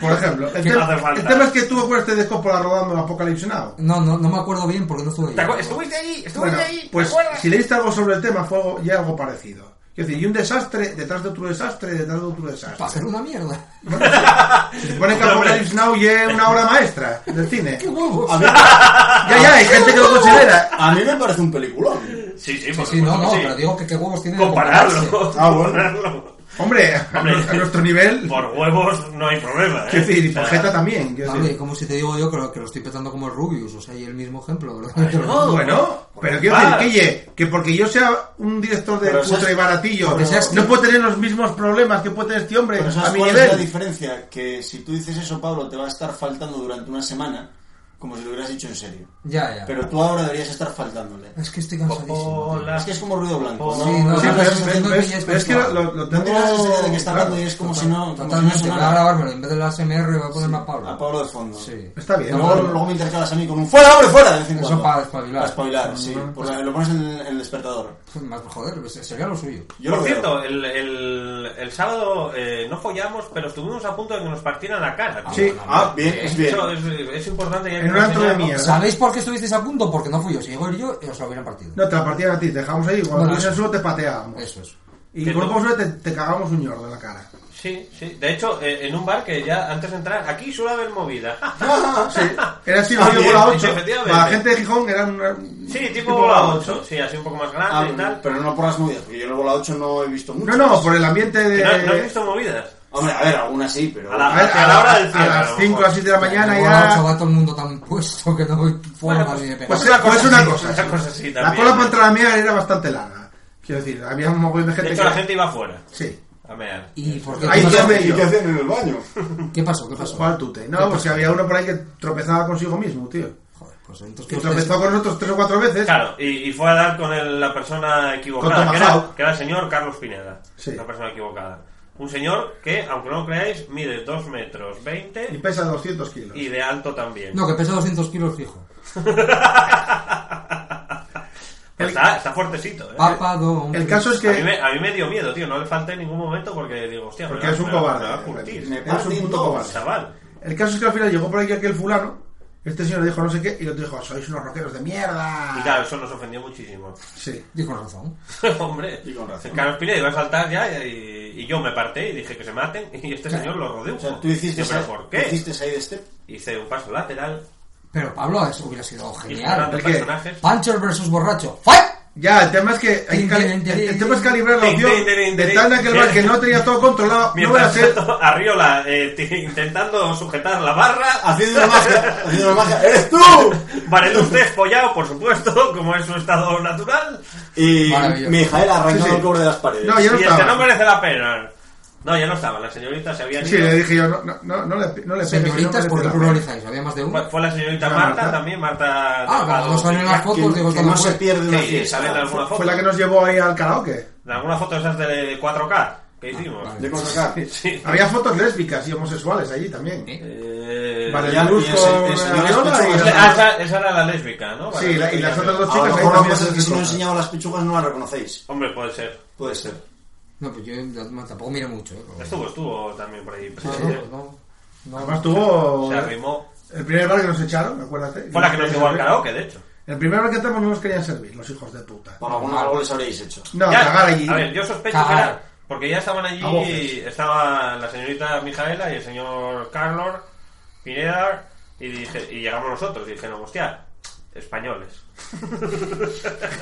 H: Por ejemplo, el,
C: ¿Qué
H: tema-
C: hace falta?
H: el tema es que tú acuerdas de Coppola rodando Apocalypse Now.
G: No, no, no me acuerdo bien porque no estuve
C: ¿Te
G: ahí.
C: acuer- Estuviste ahí, estuviste
H: Bueno,
C: ahí. ¿te
H: pues
C: acuerdas?
H: si leíste algo sobre el tema, fue algo- ya algo parecido. Es decir, y un desastre detrás de otro desastre, detrás de otro desastre.
G: Para hacer una mierda.
H: Se supone que Apocalypse Now ya es una obra maestra del cine.
G: ¡Qué huevos!
D: A mí,
H: Ya, ya, hay gente que lo considera.
D: a mí me parece un peliculón.
C: Sí, sí,
G: Sí,
C: por
G: sí, no,
C: supuesto
G: no,
C: que sí.
G: pero digo que qué huevos tiene de compararse.
C: Compararlo.
D: Ah, bueno.
C: Compararlo.
H: Hombre, a
C: Hombre.
H: nu- a nuestro nivel,
C: Por huevos no hay problema, ¿eh?
H: quiero decir, y por
C: O sea,
H: jeta también. quiero
G: Vale,
H: decir.
G: como si te digo yo que lo, que lo estoy petando como el Rubius, o sea, y el mismo ejemplo, ¿verdad?
C: no.
H: Bueno, pero quiero decir que, ye, que porque yo sea un director de
D: Pero
H: putre
D: seas-
H: y baratillo,
G: porque seas-
H: no puedo tener los mismos problemas que puede tener este hombre
D: Pero
H: a
D: ¿sabes
H: mi
D: cuál es la
H: nivel.
D: diferencia? Que si tú dices eso, Pablo, te va a estar faltando durante una semana. como si lo hubieras dicho en serio.
G: Ya, ya.
D: Pero tú ahora deberías estar faltándole.
G: Es que estoy cansadísimo. tío.
C: Hola.
D: Es que es como ruido blanco, ¿no?
G: Sí, no,
H: Sí,
G: no,
H: pero
G: no,
H: ves-
G: no,
H: ves-
G: no, no,
H: ves que
G: no,
H: lo- lo
D: No
H: tengo-
D: tienes la sensación de que está hablando y
H: claro.
D: es como si no. como si no
G: Totalmente, voy a
D: sonara.
G: grabármelo. En vez de la SMR voy a poner más
D: A
G: Pablo.
D: Pablo de fondo.
G: Sí.
H: Está bien.
G: No,
D: Luego,
G: no,
D: luego me intercalas a mí con un fuera, hombre, fuera. De vez en
G: Eso
D: cuando.
G: para despabilar.
D: Para espabilar, sí. Pues lo pones en, en el despertador.
G: Más, joder, pues sería lo suyo.
D: Yo
C: Por
D: lo veo.
C: cierto, el, el- el sábado eh, no follamos, pero estuvimos a punto de que nos partieran la cara. tío.
H: Sí,
D: Ah, bien, es bien.
C: Eso es, es importante. ya que
H: en un
C: lo
H: antro de
C: enseñamos.
H: mierda.
G: ¿Sabéis por qué estuvisteis a punto? Porque no fui yo. Si llegó yo, os lo hubieran partido.
H: No, te la partían a ti, te dejamos ahí. Cuando
G: Bueno,
H: tú en el
G: eso.
H: suelo te pateábamos.
G: Eso es.
H: Y
C: Que
H: cuando
C: no.
H: vamos a ver, te, te cagamos un ñordo en la cara.
C: Sí, sí. De hecho, eh, en un bar que ya antes de entrar, aquí suele haber movida.
H: Sí, era así,
C: Ah,
H: lo
C: bien,
H: bola
C: sí,
H: 8.
C: efectivamente.
H: Para la gente de Gijón era un.
C: sí, tipo
H: tipo
C: bola
H: bola
C: 8. Sí, así un poco más grande
D: Ah,
C: y tal.
D: pero no por las movidas, porque yo en el bola 8 no he visto mucho.
H: No, no, por el ambiente de.
C: Que no, no has visto movidas.
D: Hombre, a ver, alguna sí, pero.
C: A la-
H: a, ver,
C: hacia
H: a
C: la hora
H: la-
C: del
H: a
C: cierre, a
H: las
C: lo
H: 5 o
C: mejor.
H: las 6 de la mañana
G: Bueno, macho,
H: ya.
G: va todo el mundo tan puesto que no voy forma
C: pues-
G: ni de pegar.
H: Pues era pues una cosa.
C: Una cosa así
H: La
C: también.
H: cola para entrar a la mía era bastante larga. Quiero decir, había un mogollón de gente
C: De hecho,
H: que.
C: la gente iba afuera
H: Sí.
C: a mear.
G: ¿Y por qué?
H: Ahí
G: ¿Qué
H: te
G: pasó?
H: ve-
D: ¿Y qué hacen en el baño?
G: ¿Qué pasó? ¿Qué pasó?
H: ¿Cuál tute? No, porque había uno por ahí que tropezaba consigo mismo, tío.
G: Joder, pues entonces...
H: Que
G: ¿qué
H: tropezó con nosotros tres o cuatro veces.
C: Claro, y, y fue a dar con el- la persona equivocada,
H: Con
C: que
H: Tomahawk.
C: era, que era el señor Carlos Pineda.
H: Sí.
C: La persona equivocada. Un señor que, aunque no lo creáis, mide 2 metros 20
H: Y pesa 200 kilos.
C: y de alto también.
G: No, que pesa 200 kilos fijo.
C: Pues está, está fuertecito, ¿eh?
G: Papa, don...
H: El caso Ah, es
C: A mí,
H: que.
C: me, a mí me dio miedo, tío. No le falté en ningún momento porque digo, hostia,
H: Porque
C: me va-
H: es un
C: me va-
H: cobarde.
C: me va a curtir.
D: Me
H: Eres un
D: parten
H: puto
D: todos,
H: cobarde.
C: Chaval.
H: El caso es que al final llegó por aquí aquel fulano, este señor le dijo no sé qué, y el otro dijo, sois unos rockeros de mierda.
C: Y claro, eso nos ofendió muchísimo.
H: Sí.
G: Y con razón.
C: Hombre,
D: Y con razón.
C: Carlos Pineda iba a saltar ya y, y yo me aparté y dije que se maten y este señor lo rodeó.
D: O sea, tú hiciste,
C: Yo, ¿Pero
D: esa-
C: por qué?
D: hiciste side step.
C: Hice un paso lateral.
G: Pero Pablo, eso hubiera sido
C: disparando
G: genial.
H: ¿El qué?
C: personajes.
G: Puncher versus borracho. ¡Fight!
H: Ya, el tema es que hay que cali- el, el tema es calibrar la opción de tal en aquel bar que no tenía todo controlado, no voy a
C: Mientras
H: hacer
C: tanto, Arriola eh, t- intentando sujetar la barra.
D: Haciendo una magia, haciendo una magia. ¡Eres tú!
C: Varela usted follado, por supuesto, como es su estado natural.
D: Y
G: Maravilloso.
D: mi hija era arrancando
H: Sí, sí.
D: el cobre de las paredes.
H: No, yo no
C: y este no
H: estaba.
C: merece la pena. No, ya no estaba. La señorita se había ido.
H: Sí, le dije yo, no, no, no, no le no le pegues,
G: Señoritas,
H: no merece
G: ¿por qué
H: la pena.
G: pluralizáis? ¿Había más de
C: Fue-
G: uno?
C: Fue la señorita
H: Era
C: Marta,
H: Marta.
C: también, Marta.
G: Ah,
C: Delgado,
G: cuando no salen
C: sí.
G: las
D: que,
G: fotos, digo,
D: que
G: esta
D: no
G: mujer.
D: se pierde una
C: Que
D: fiesta.
C: salen alguna foto.
H: Fue la que nos llevó ahí al karaoke.
C: De alguna foto esas de 4K
H: Ah,
C: que hicimos.
G: vale.
D: De cosas acá.
C: Sí.
H: Había fotos lésbicas y homosexuales allí también.
G: ¿Eh?
C: Eh,
H: Vale,
D: Ya,
H: Luz
D: y
H: con
D: ese- ese-
H: Ariola
D: ese-
H: y
D: ese-
C: Ah,
H: la-
C: esa, esa era la lésbica, ¿no?
H: Sí, la- y las otras dos
D: A lo
H: chicas
D: mejor
H: ahí
D: lo que
H: también
D: pasa es que Ah, si no he
H: se
D: enseñado las pechugas no las reconocéis.
C: Hombre, puede ser.
D: Puede ser.
G: No, pues yo no, tampoco miro mucho. ¿eh? Pero-
C: Estuvo, estuvo también por ahí. pues,
H: Ah,
G: No,
C: presente.
G: no, no.
H: Además tuvo
C: Se arrimó.
H: el primer bar que nos echaron, acuérdate.
C: Fue la que nos llevó al karaoke, de hecho.
H: El primer bar que entramos no nos querían servir, los hijos de puta.
D: Por alguna algo les habréis hecho.
H: No,
C: Ya,
H: cagar allí.
C: A ver, yo sospecho
G: Cagar.
C: que era. Porque ya estaban
H: A
C: allí.
H: voces.
C: Estaba la señorita Mijaela y el señor Carlos Pineda. Y, dije, y llegamos nosotros. Y dije, no, hostia, españoles.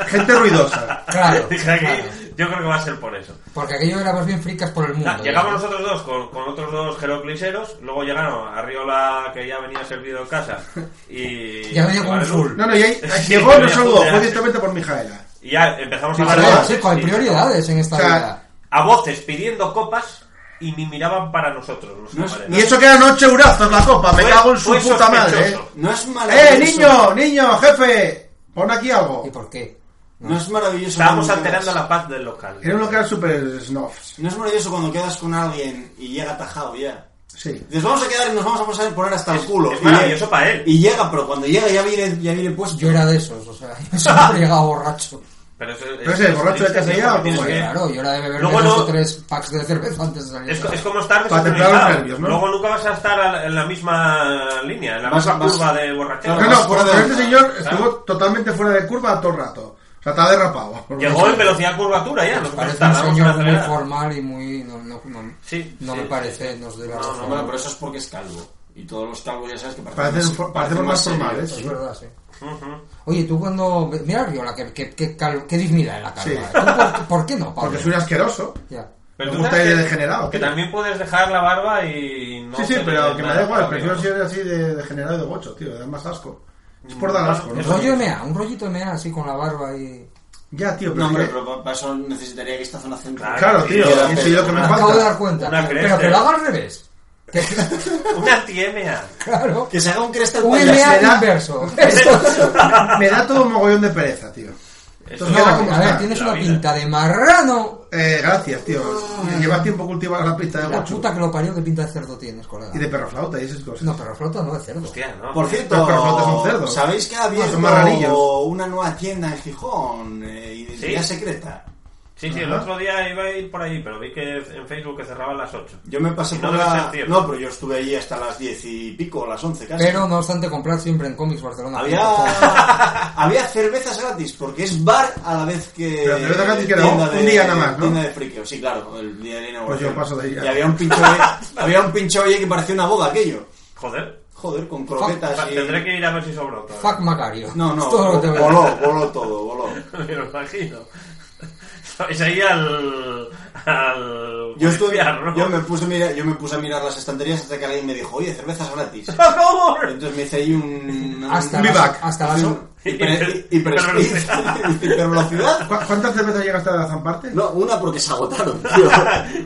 H: Gente ruidosa.
G: Claro,
C: Dije, aquí,
G: claro.
C: Yo creo que va a ser por eso.
G: Porque aquello era más bien fricas por el mundo.
C: Nah,
G: ya.
C: Ah, llegamos nosotros dos con, con otros dos jerocliseros, luego llegaron Arriola, que ya venía servido en casa, y...
G: Ya venía
C: y
G: con
C: Barelu.
G: full.
H: No, no, y ahí
C: Sí,
H: llegó y
C: venía
H: nos saludó.
C: full de
H: Fue
C: antes.
H: directamente por Mijaela.
C: Y ya empezamos a
H: Sí,
C: hablar...
H: claro,
C: a
G: chico, hay
C: voces,
G: prioridades en esta
H: O sea,
G: vida.
C: A voces, pidiendo copas, y ni miraban para nosotros. los
D: No es-
C: camareros.
H: Y eso que eran ocho eurazos la copa. Me
C: Fue-
H: cago en su
C: fue
H: puta madre. ¿eh?
C: sospechoso.
D: No es maravilloso.
H: ¡Eh, niño! ¡Niño! ¡Jefe! Pon aquí algo.
G: ¿Y por qué?
D: No es maravilloso.
C: Estábamos
D: cuando
C: alterando
D: quedas-
C: la paz del local.
H: Era un local super snobs.
D: No es maravilloso cuando quedas con alguien y llega tajado ya.
H: Sí.
D: Dices, vamos a quedar y nos vamos a pasar a poner hasta el culo.
C: es
D: Y
C: maravilloso
D: llega-
C: para él.
D: Y llega, pero cuando llega ya viene, ya viene puesto.
G: Pues Yo era de esos, o sea, yo siempre llegaba borracho.
C: Pero, eso-
H: Pero ese,
C: es
H: borracho de
C: triste,
H: casa
C: tío,
H: ya,
C: porque
H: ¿o
C: tienes
H: cómo
C: que-
H: era?
G: Claro, yo era de beber
C: Luego
G: dos
C: no-
G: o tres packs de cerveza antes de salir.
C: Es, co- es como estar
H: Para templar los
C: desorganizado.
H: nervios, ¿no?
C: Luego nunca vas a estar a la- en la misma línea, en la
D: Vas-
C: misma
D: vas-
C: curva de borrachera.
H: No,
D: Claro,
H: no,
D: más
H: por
D: fuera de
H: pero este
D: onda.
C: Ah.
H: señor estuvo totalmente fuera de curva todo el rato. O sea, estaba derrapado.
C: Llegó en velocidad curvatura ya. Nos
G: Parece un
C: tardamos en
G: señor muy
C: acelerar.
G: formal y muy... No, no, no,
C: Sí,
G: no
C: sí,
G: me
C: sí,
G: parece, nos debe
C: No, no,
D: No,
G: razón.
D: bueno, pero eso es porque es calvo. Y todos los calvos ya sabes que
H: Parecen,
D: parecen,
H: parecemos más ¿eh?
D: serios.
H: formales.
G: Es verdad, sí.
C: Ujú.
G: Oye, tú cuando... Mira, Riola, qué, qué, qué, cal- qué dignidad en la calva.
H: Sí.
G: ¿eh? ¿Tú por, por qué no, Pablo?
H: Porque soy un asqueroso.
G: Ya.
C: Pero
H: Me
C: tú
H: gusta
C: sabes
H: ir
C: que-
H: degenerado,
C: Que
H: tío.
C: también puedes dejar la barba y no.
H: sí, sí,
C: tener
H: pero que me
C: nada
H: da igual.
C: para
H: Prefiero
C: arriba.
H: ser así de degenerado y de bocho, tío. Da más asco. Es por dar asco,
G: Un
C: Eso-
H: ¿no?
G: rollo MA, un rollito MA así con la barba y...
H: Ya, tío, pero.
D: No,
H: es
D: hombre,
H: que-
D: pero pa- para eso necesitaría que esta zona central.
H: Claro, tío.
C: Tío,
H: y si lo que me
C: una-
G: Me acabo de
H: falta.
G: dar cuenta.
C: Una
G: Pero
C: cresta.
G: que lo haga al revés.
C: Una TMA.
G: Claro.
D: Que se haga un cresta en
G: Un
D: payaso.
G: MA
H: será-
G: inverso. Eso.
H: Me da todo un mogollón de pereza, tío.
C: Eso
H: Entonces,
C: es
H: queda
C: la-
H: como
G: No, a ver,
H: está.
G: tienes
C: la
G: una
C: vida.
G: pinta de marrano.
H: Eh, gracias, tío. Llevas tiempo cultivando la pista de
G: La
H: Gochu.
G: puta que lo parió, que pinta de cerdo tienes, colega.
H: Y de perro flauta y esas cosas.
G: No, pero flota no de cerdo.
C: Hostia, no.
D: Por
H: Los perros
D: cierto,
H: son cerdos.
D: ¿sabéis que ha
H: son marranillos.
D: habido una nueva tienda en Gijón? eh, identidad
C: Sí.
D: secreta.
C: Sí, sí, el
H: Ajá.
C: otro día iba a ir por ahí, pero vi que en Facebook que cerraban las 8.
D: Yo me pasé
C: Y no
D: por
C: debe
D: la...
C: ser cierto.
D: No, pero yo estuve allí hasta las diez y pico, las once casi.
G: Pero no obstante, comprar siempre en Comics Barcelona.
D: Había, había cervezas gratis, porque es bar a la vez que.
H: Pero cerveza gratis que era
D: tienda
H: un día nada más, ¿no? Pues
D: Tienda de frikio, sí, claro, el día de la inauguración.
H: yo paso de ahí ya.
D: Y había un pincho oye- había un pincho oye que parecía una boga aquello.
C: Joder.
D: Joder, con croquetas y.
C: Tendré que ir a ver si sobró todo.
G: Fuck Macario.
D: No, no,
G: Todo lo que te veo.
D: voló, voló todo, voló.
C: Me lo imagino. Vais ahí al. al.
D: Yo, estuve,
C: al rojo.
D: yo, me puse a mirar, yo me puse a mirar las estanterías hasta que alguien me dijo, oye, cervezas gratis.
C: ¡Por favor!
D: Entonces me hice ahí un.
G: Hasta
D: un
G: las-
D: vivac.
G: hasta las-
D: Hice un- hiper- hiper-
C: Hipervelocidad.
D: hipervelocidad.
H: ¿Cu- ¿Cuántas cervezas llegaste a la zamparte?
D: No, una porque se agotaron, tío.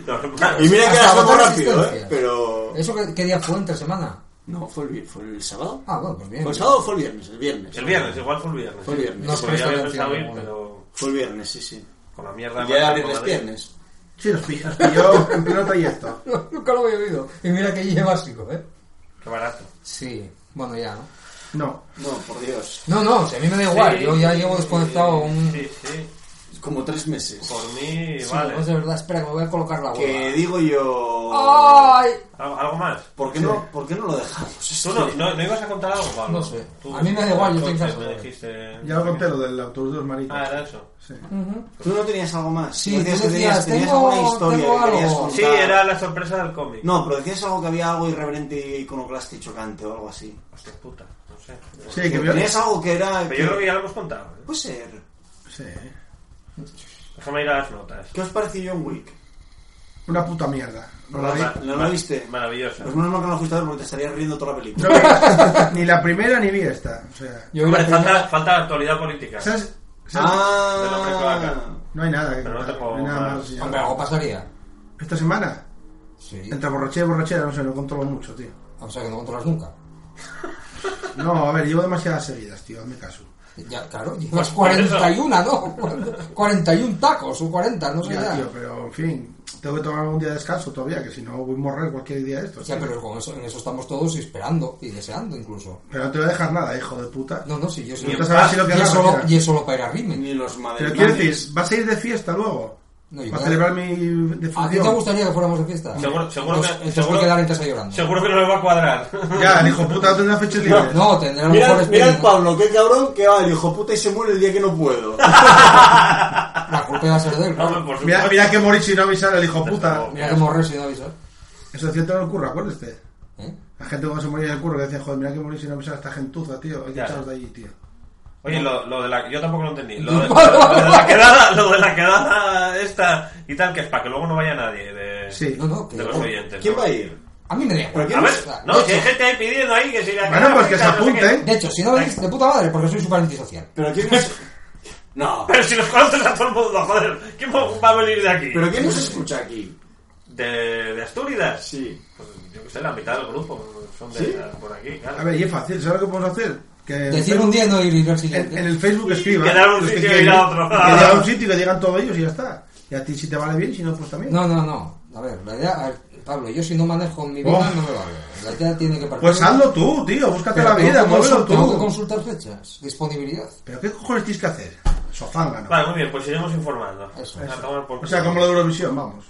C: Normal.
D: Y mira que
G: Hasta
D: la saco
G: agotar
D: rápido,
G: resistencia.
D: ¿eh? Pero...
G: ¿Eso qué, qué día fue entre semana?
D: No, fue el, vi- fue el sábado.
G: Ah, bueno, pues bien.
D: ¿Fue el sábado o fue el viernes? El viernes.
C: El viernes, igual fue el viernes.
D: Fue el viernes.
G: Nos
C: Porque ya había
G: prestó
C: pensado ir,
G: atención,
C: pero.
D: Fue el viernes, sí, sí.
C: Con la mierda.
D: ya era
C: macho,
D: viernes,
C: madre.
D: viernes.
H: Sí, nos pilló, nos pilló en pleno trayecto.
G: No, Nunca lo había oído. Y mira que lleva básico, ¿eh?
C: Qué barato.
G: Sí. Bueno, ya, ¿no?
H: No.
D: No, por Dios.
G: No, no, si a mí me da igual. Yo ya llevo desconectado un...
C: Sí, sí.
D: Como tres meses.
C: Por mí,
G: Sí,
C: vale.
G: pues de verdad, espera, que me voy a colocar la
D: Que
G: hueva.
D: digo yo...
G: ¡Ay!
C: ¿Al- ¿Algo más?
D: ¿Por qué, no, ¿Por qué no lo dejamos? Es
C: ¿Tú no,
D: que-
C: no, no ibas a contar algo, Pablo?
G: No sé.
C: Tú-
G: A mí me da igual, yo
C: tú-
G: estoy
C: tú-
G: en
C: me
G: casa.
C: dijiste-
H: Ya lo conté lo del autobús de los maritos.
C: Ah, era eso.
H: Sí.
D: ¿Tú no tenías algo más?
G: Sí,
D: ¿No decías
G: tú
D: que
G: decías,
D: tenías, tenías
G: tengo-
D: alguna historia
G: tengo
D: que querías
G: algo.
D: contar.
C: Sí, era la sorpresa del cómic.
D: No, pero decías algo que había algo irreverente, iconoclasta y chocante o algo así.
C: Hostia puta, no sé.
H: Sí, que vio-
D: Tenías algo que era...
C: Pero
D: que-
C: yo creo que ya lo hemos contado. ¿eh?
D: Puede ser.
H: Sí.
C: Déjame ir a las notas.
D: ¿Qué os pareció John Wick?
H: Una puta mierda. No la vi.
C: Maravillosa.
D: ¿No la viste?
C: Maravillosa.
D: Pues menos mal que no fuiste a ver porque te estarías riendo toda la película.
H: No vi- ni la primera ni vi esta. O sea,
G: Yo vi la
C: Hombre,
G: primera-
C: falta, falta actualidad política.
H: ¿sabes? ¿sabes?
C: De la
D: Ah,
C: precloaca.
H: No hay nada que
C: Pero no
H: contar,
C: tengo
H: no hay nada
C: más.
H: más. señor.
G: Hombre, algo pasaría.
H: Esta semana,
G: Sí.
H: entre borrachera y borrachera, no sé, no controlo mucho, tío.
G: O sea, que no controlas nunca.
H: No, a ver, llevo demasiadas seguidas, tío, hazme caso.
G: Ya, claro, llevas 41, ¿no? 41 tacos o 40, no sé
H: Ya,
G: ya.
H: tío, pero en fin, tengo que tomar algún día de descanso todavía, que si no voy a morrer cualquier día de estos.
G: Ya,
H: tío.
G: pero con eso, en eso estamos todos esperando y deseando incluso.
H: Pero no te voy a dejar nada, hijo de puta.
G: No, no, sí, yo sí.
H: Tú sabes si lo
G: y,
H: querrás
G: es
H: o
G: solo,
H: quieras.
G: y es solo para ir a Rimen.
D: ni los
H: Pero quiero
D: madrileños.
H: decir, ¿vas a ir de fiesta luego?
G: No, yo voy
H: ¿Para
G: a-
H: celebrar mi
G: ¿A ti te
H: defunción?
G: gustaría que fuéramos de fiesta?
C: Seguro- seguro
G: Entonces-
C: que-
G: entonces
C: seguro-
G: voy a quedar en casa llorando.
C: Seguro que no le va a cuadrar.
H: Ya, el hijo puta no tendrá fechas libres.
G: No, tendré a lo
D: Mira,
G: mejor
D: mira el
G: espíritu.
D: Pablo, qué cabrón que va el hijo puta y se muere el día que no puedo.
G: La culpa va a ser de él.
C: No, hombre,
G: ¿no?
C: por
H: Mira,
C: supuesto.
H: mira que morir si no avisar el hijo puta.
G: Mira que morrer si no avisar.
H: Eso es cierto en el curro, acuérdate.
G: ¿Eh?
H: La gente cuando se moría en el curro que decía, joder, mira que morir si no avisar a esta gentuza, tío. Hay que
C: Ya.
H: echaros de allí, tío.
C: Oye, lo, lo de la... Yo tampoco lo entendí. Lo de, lo de la quedada, lo de la quedada esta y tal, que es para que luego no vaya nadie de,
H: Sí.
G: No, no, que
C: de los oyentes.
D: Oh, ¿Quién
C: ¿no?
D: va a ir?
G: A mí me da igual.
C: A
G: O
C: ver,
G: sea,
C: no, si
G: de,
C: hay
G: hecho,
C: gente ahí pidiendo ahí que se irá a
H: Bueno, pues que se
C: no sé qué.
H: apunten.
G: de hecho, si no venís, de puta madre, porque soy súper antisocial.
D: ¿Pero quién nos... No,
C: Pero si los conoces a todo el mundo, joder, ¿quién va a venir de aquí?
D: pero quién nos escucha aquí?
C: ¿De, de Asturias?
D: Sí.
C: Pues yo que sé, la mitad del grupo son de
D: ¿Sí?
C: por aquí, claro.
H: A ver, y es fácil, ¿sabes lo que podemos hacer? Que
G: Decir un día y no ir, ir al
H: en,
G: siguiente.
H: en el Facebook escriban.
C: quedar un
H: los que
C: sitio y
H: quieren
C: ir a otro.
H: Que digan un sitio y que digan todos ellos y ya está. Y a ti si te vale bien, si no, pues también.
G: No, no, no. A ver, la idea... a ver, Pablo, yo si no manejo mi vida
H: Oh.
G: no me vale. La idea tiene que partir...
H: Pues hazlo tú, tío, búscate
G: Pero
H: la
G: tengo
H: vida,
G: que
H: muévelo
G: consultar- Tengo que
H: tú.
G: consultar fechas, disponibilidad.
H: Pero ¿qué cojones tienes que hacer? Sofanga, ¿no?
C: Vale, muy bien, pues iremos informando.
G: Eso,
C: A tomar por
H: O sea, como lo de Eurovisión, vamos.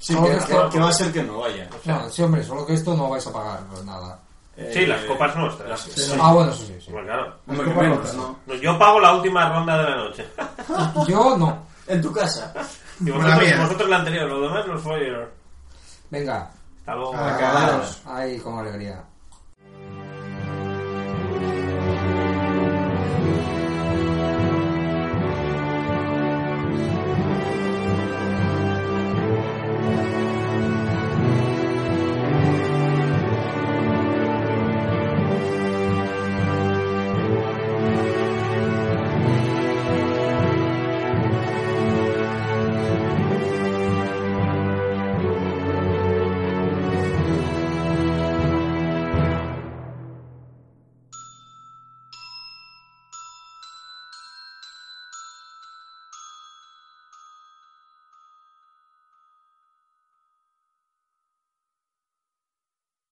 D: Sí,
G: Solo
D: que,
G: que-
D: que- que va a ser que no vaya.
G: No, sí, hombre, solo que esto no vais a pagar pues, nada.
C: Sí,
H: Eh,
C: las copas nuestras.
D: las-
C: Sí.
G: Ah, bueno, eso sí, sí.
C: Bueno, claro.
D: Hombre, que
H: Las copas
D: menos,
H: rotas.
D: ¿no?
C: No, Yo pago la última ronda de la noche.
G: Yo no.
D: En tu casa.
C: Y
H: Como la
C: vosotros,
H: mía.
C: vosotros la anterior, los demás los fue.
G: Venga,
C: Hasta luego.
H: Ah,
D: Cagaros.
G: ahí con alegría.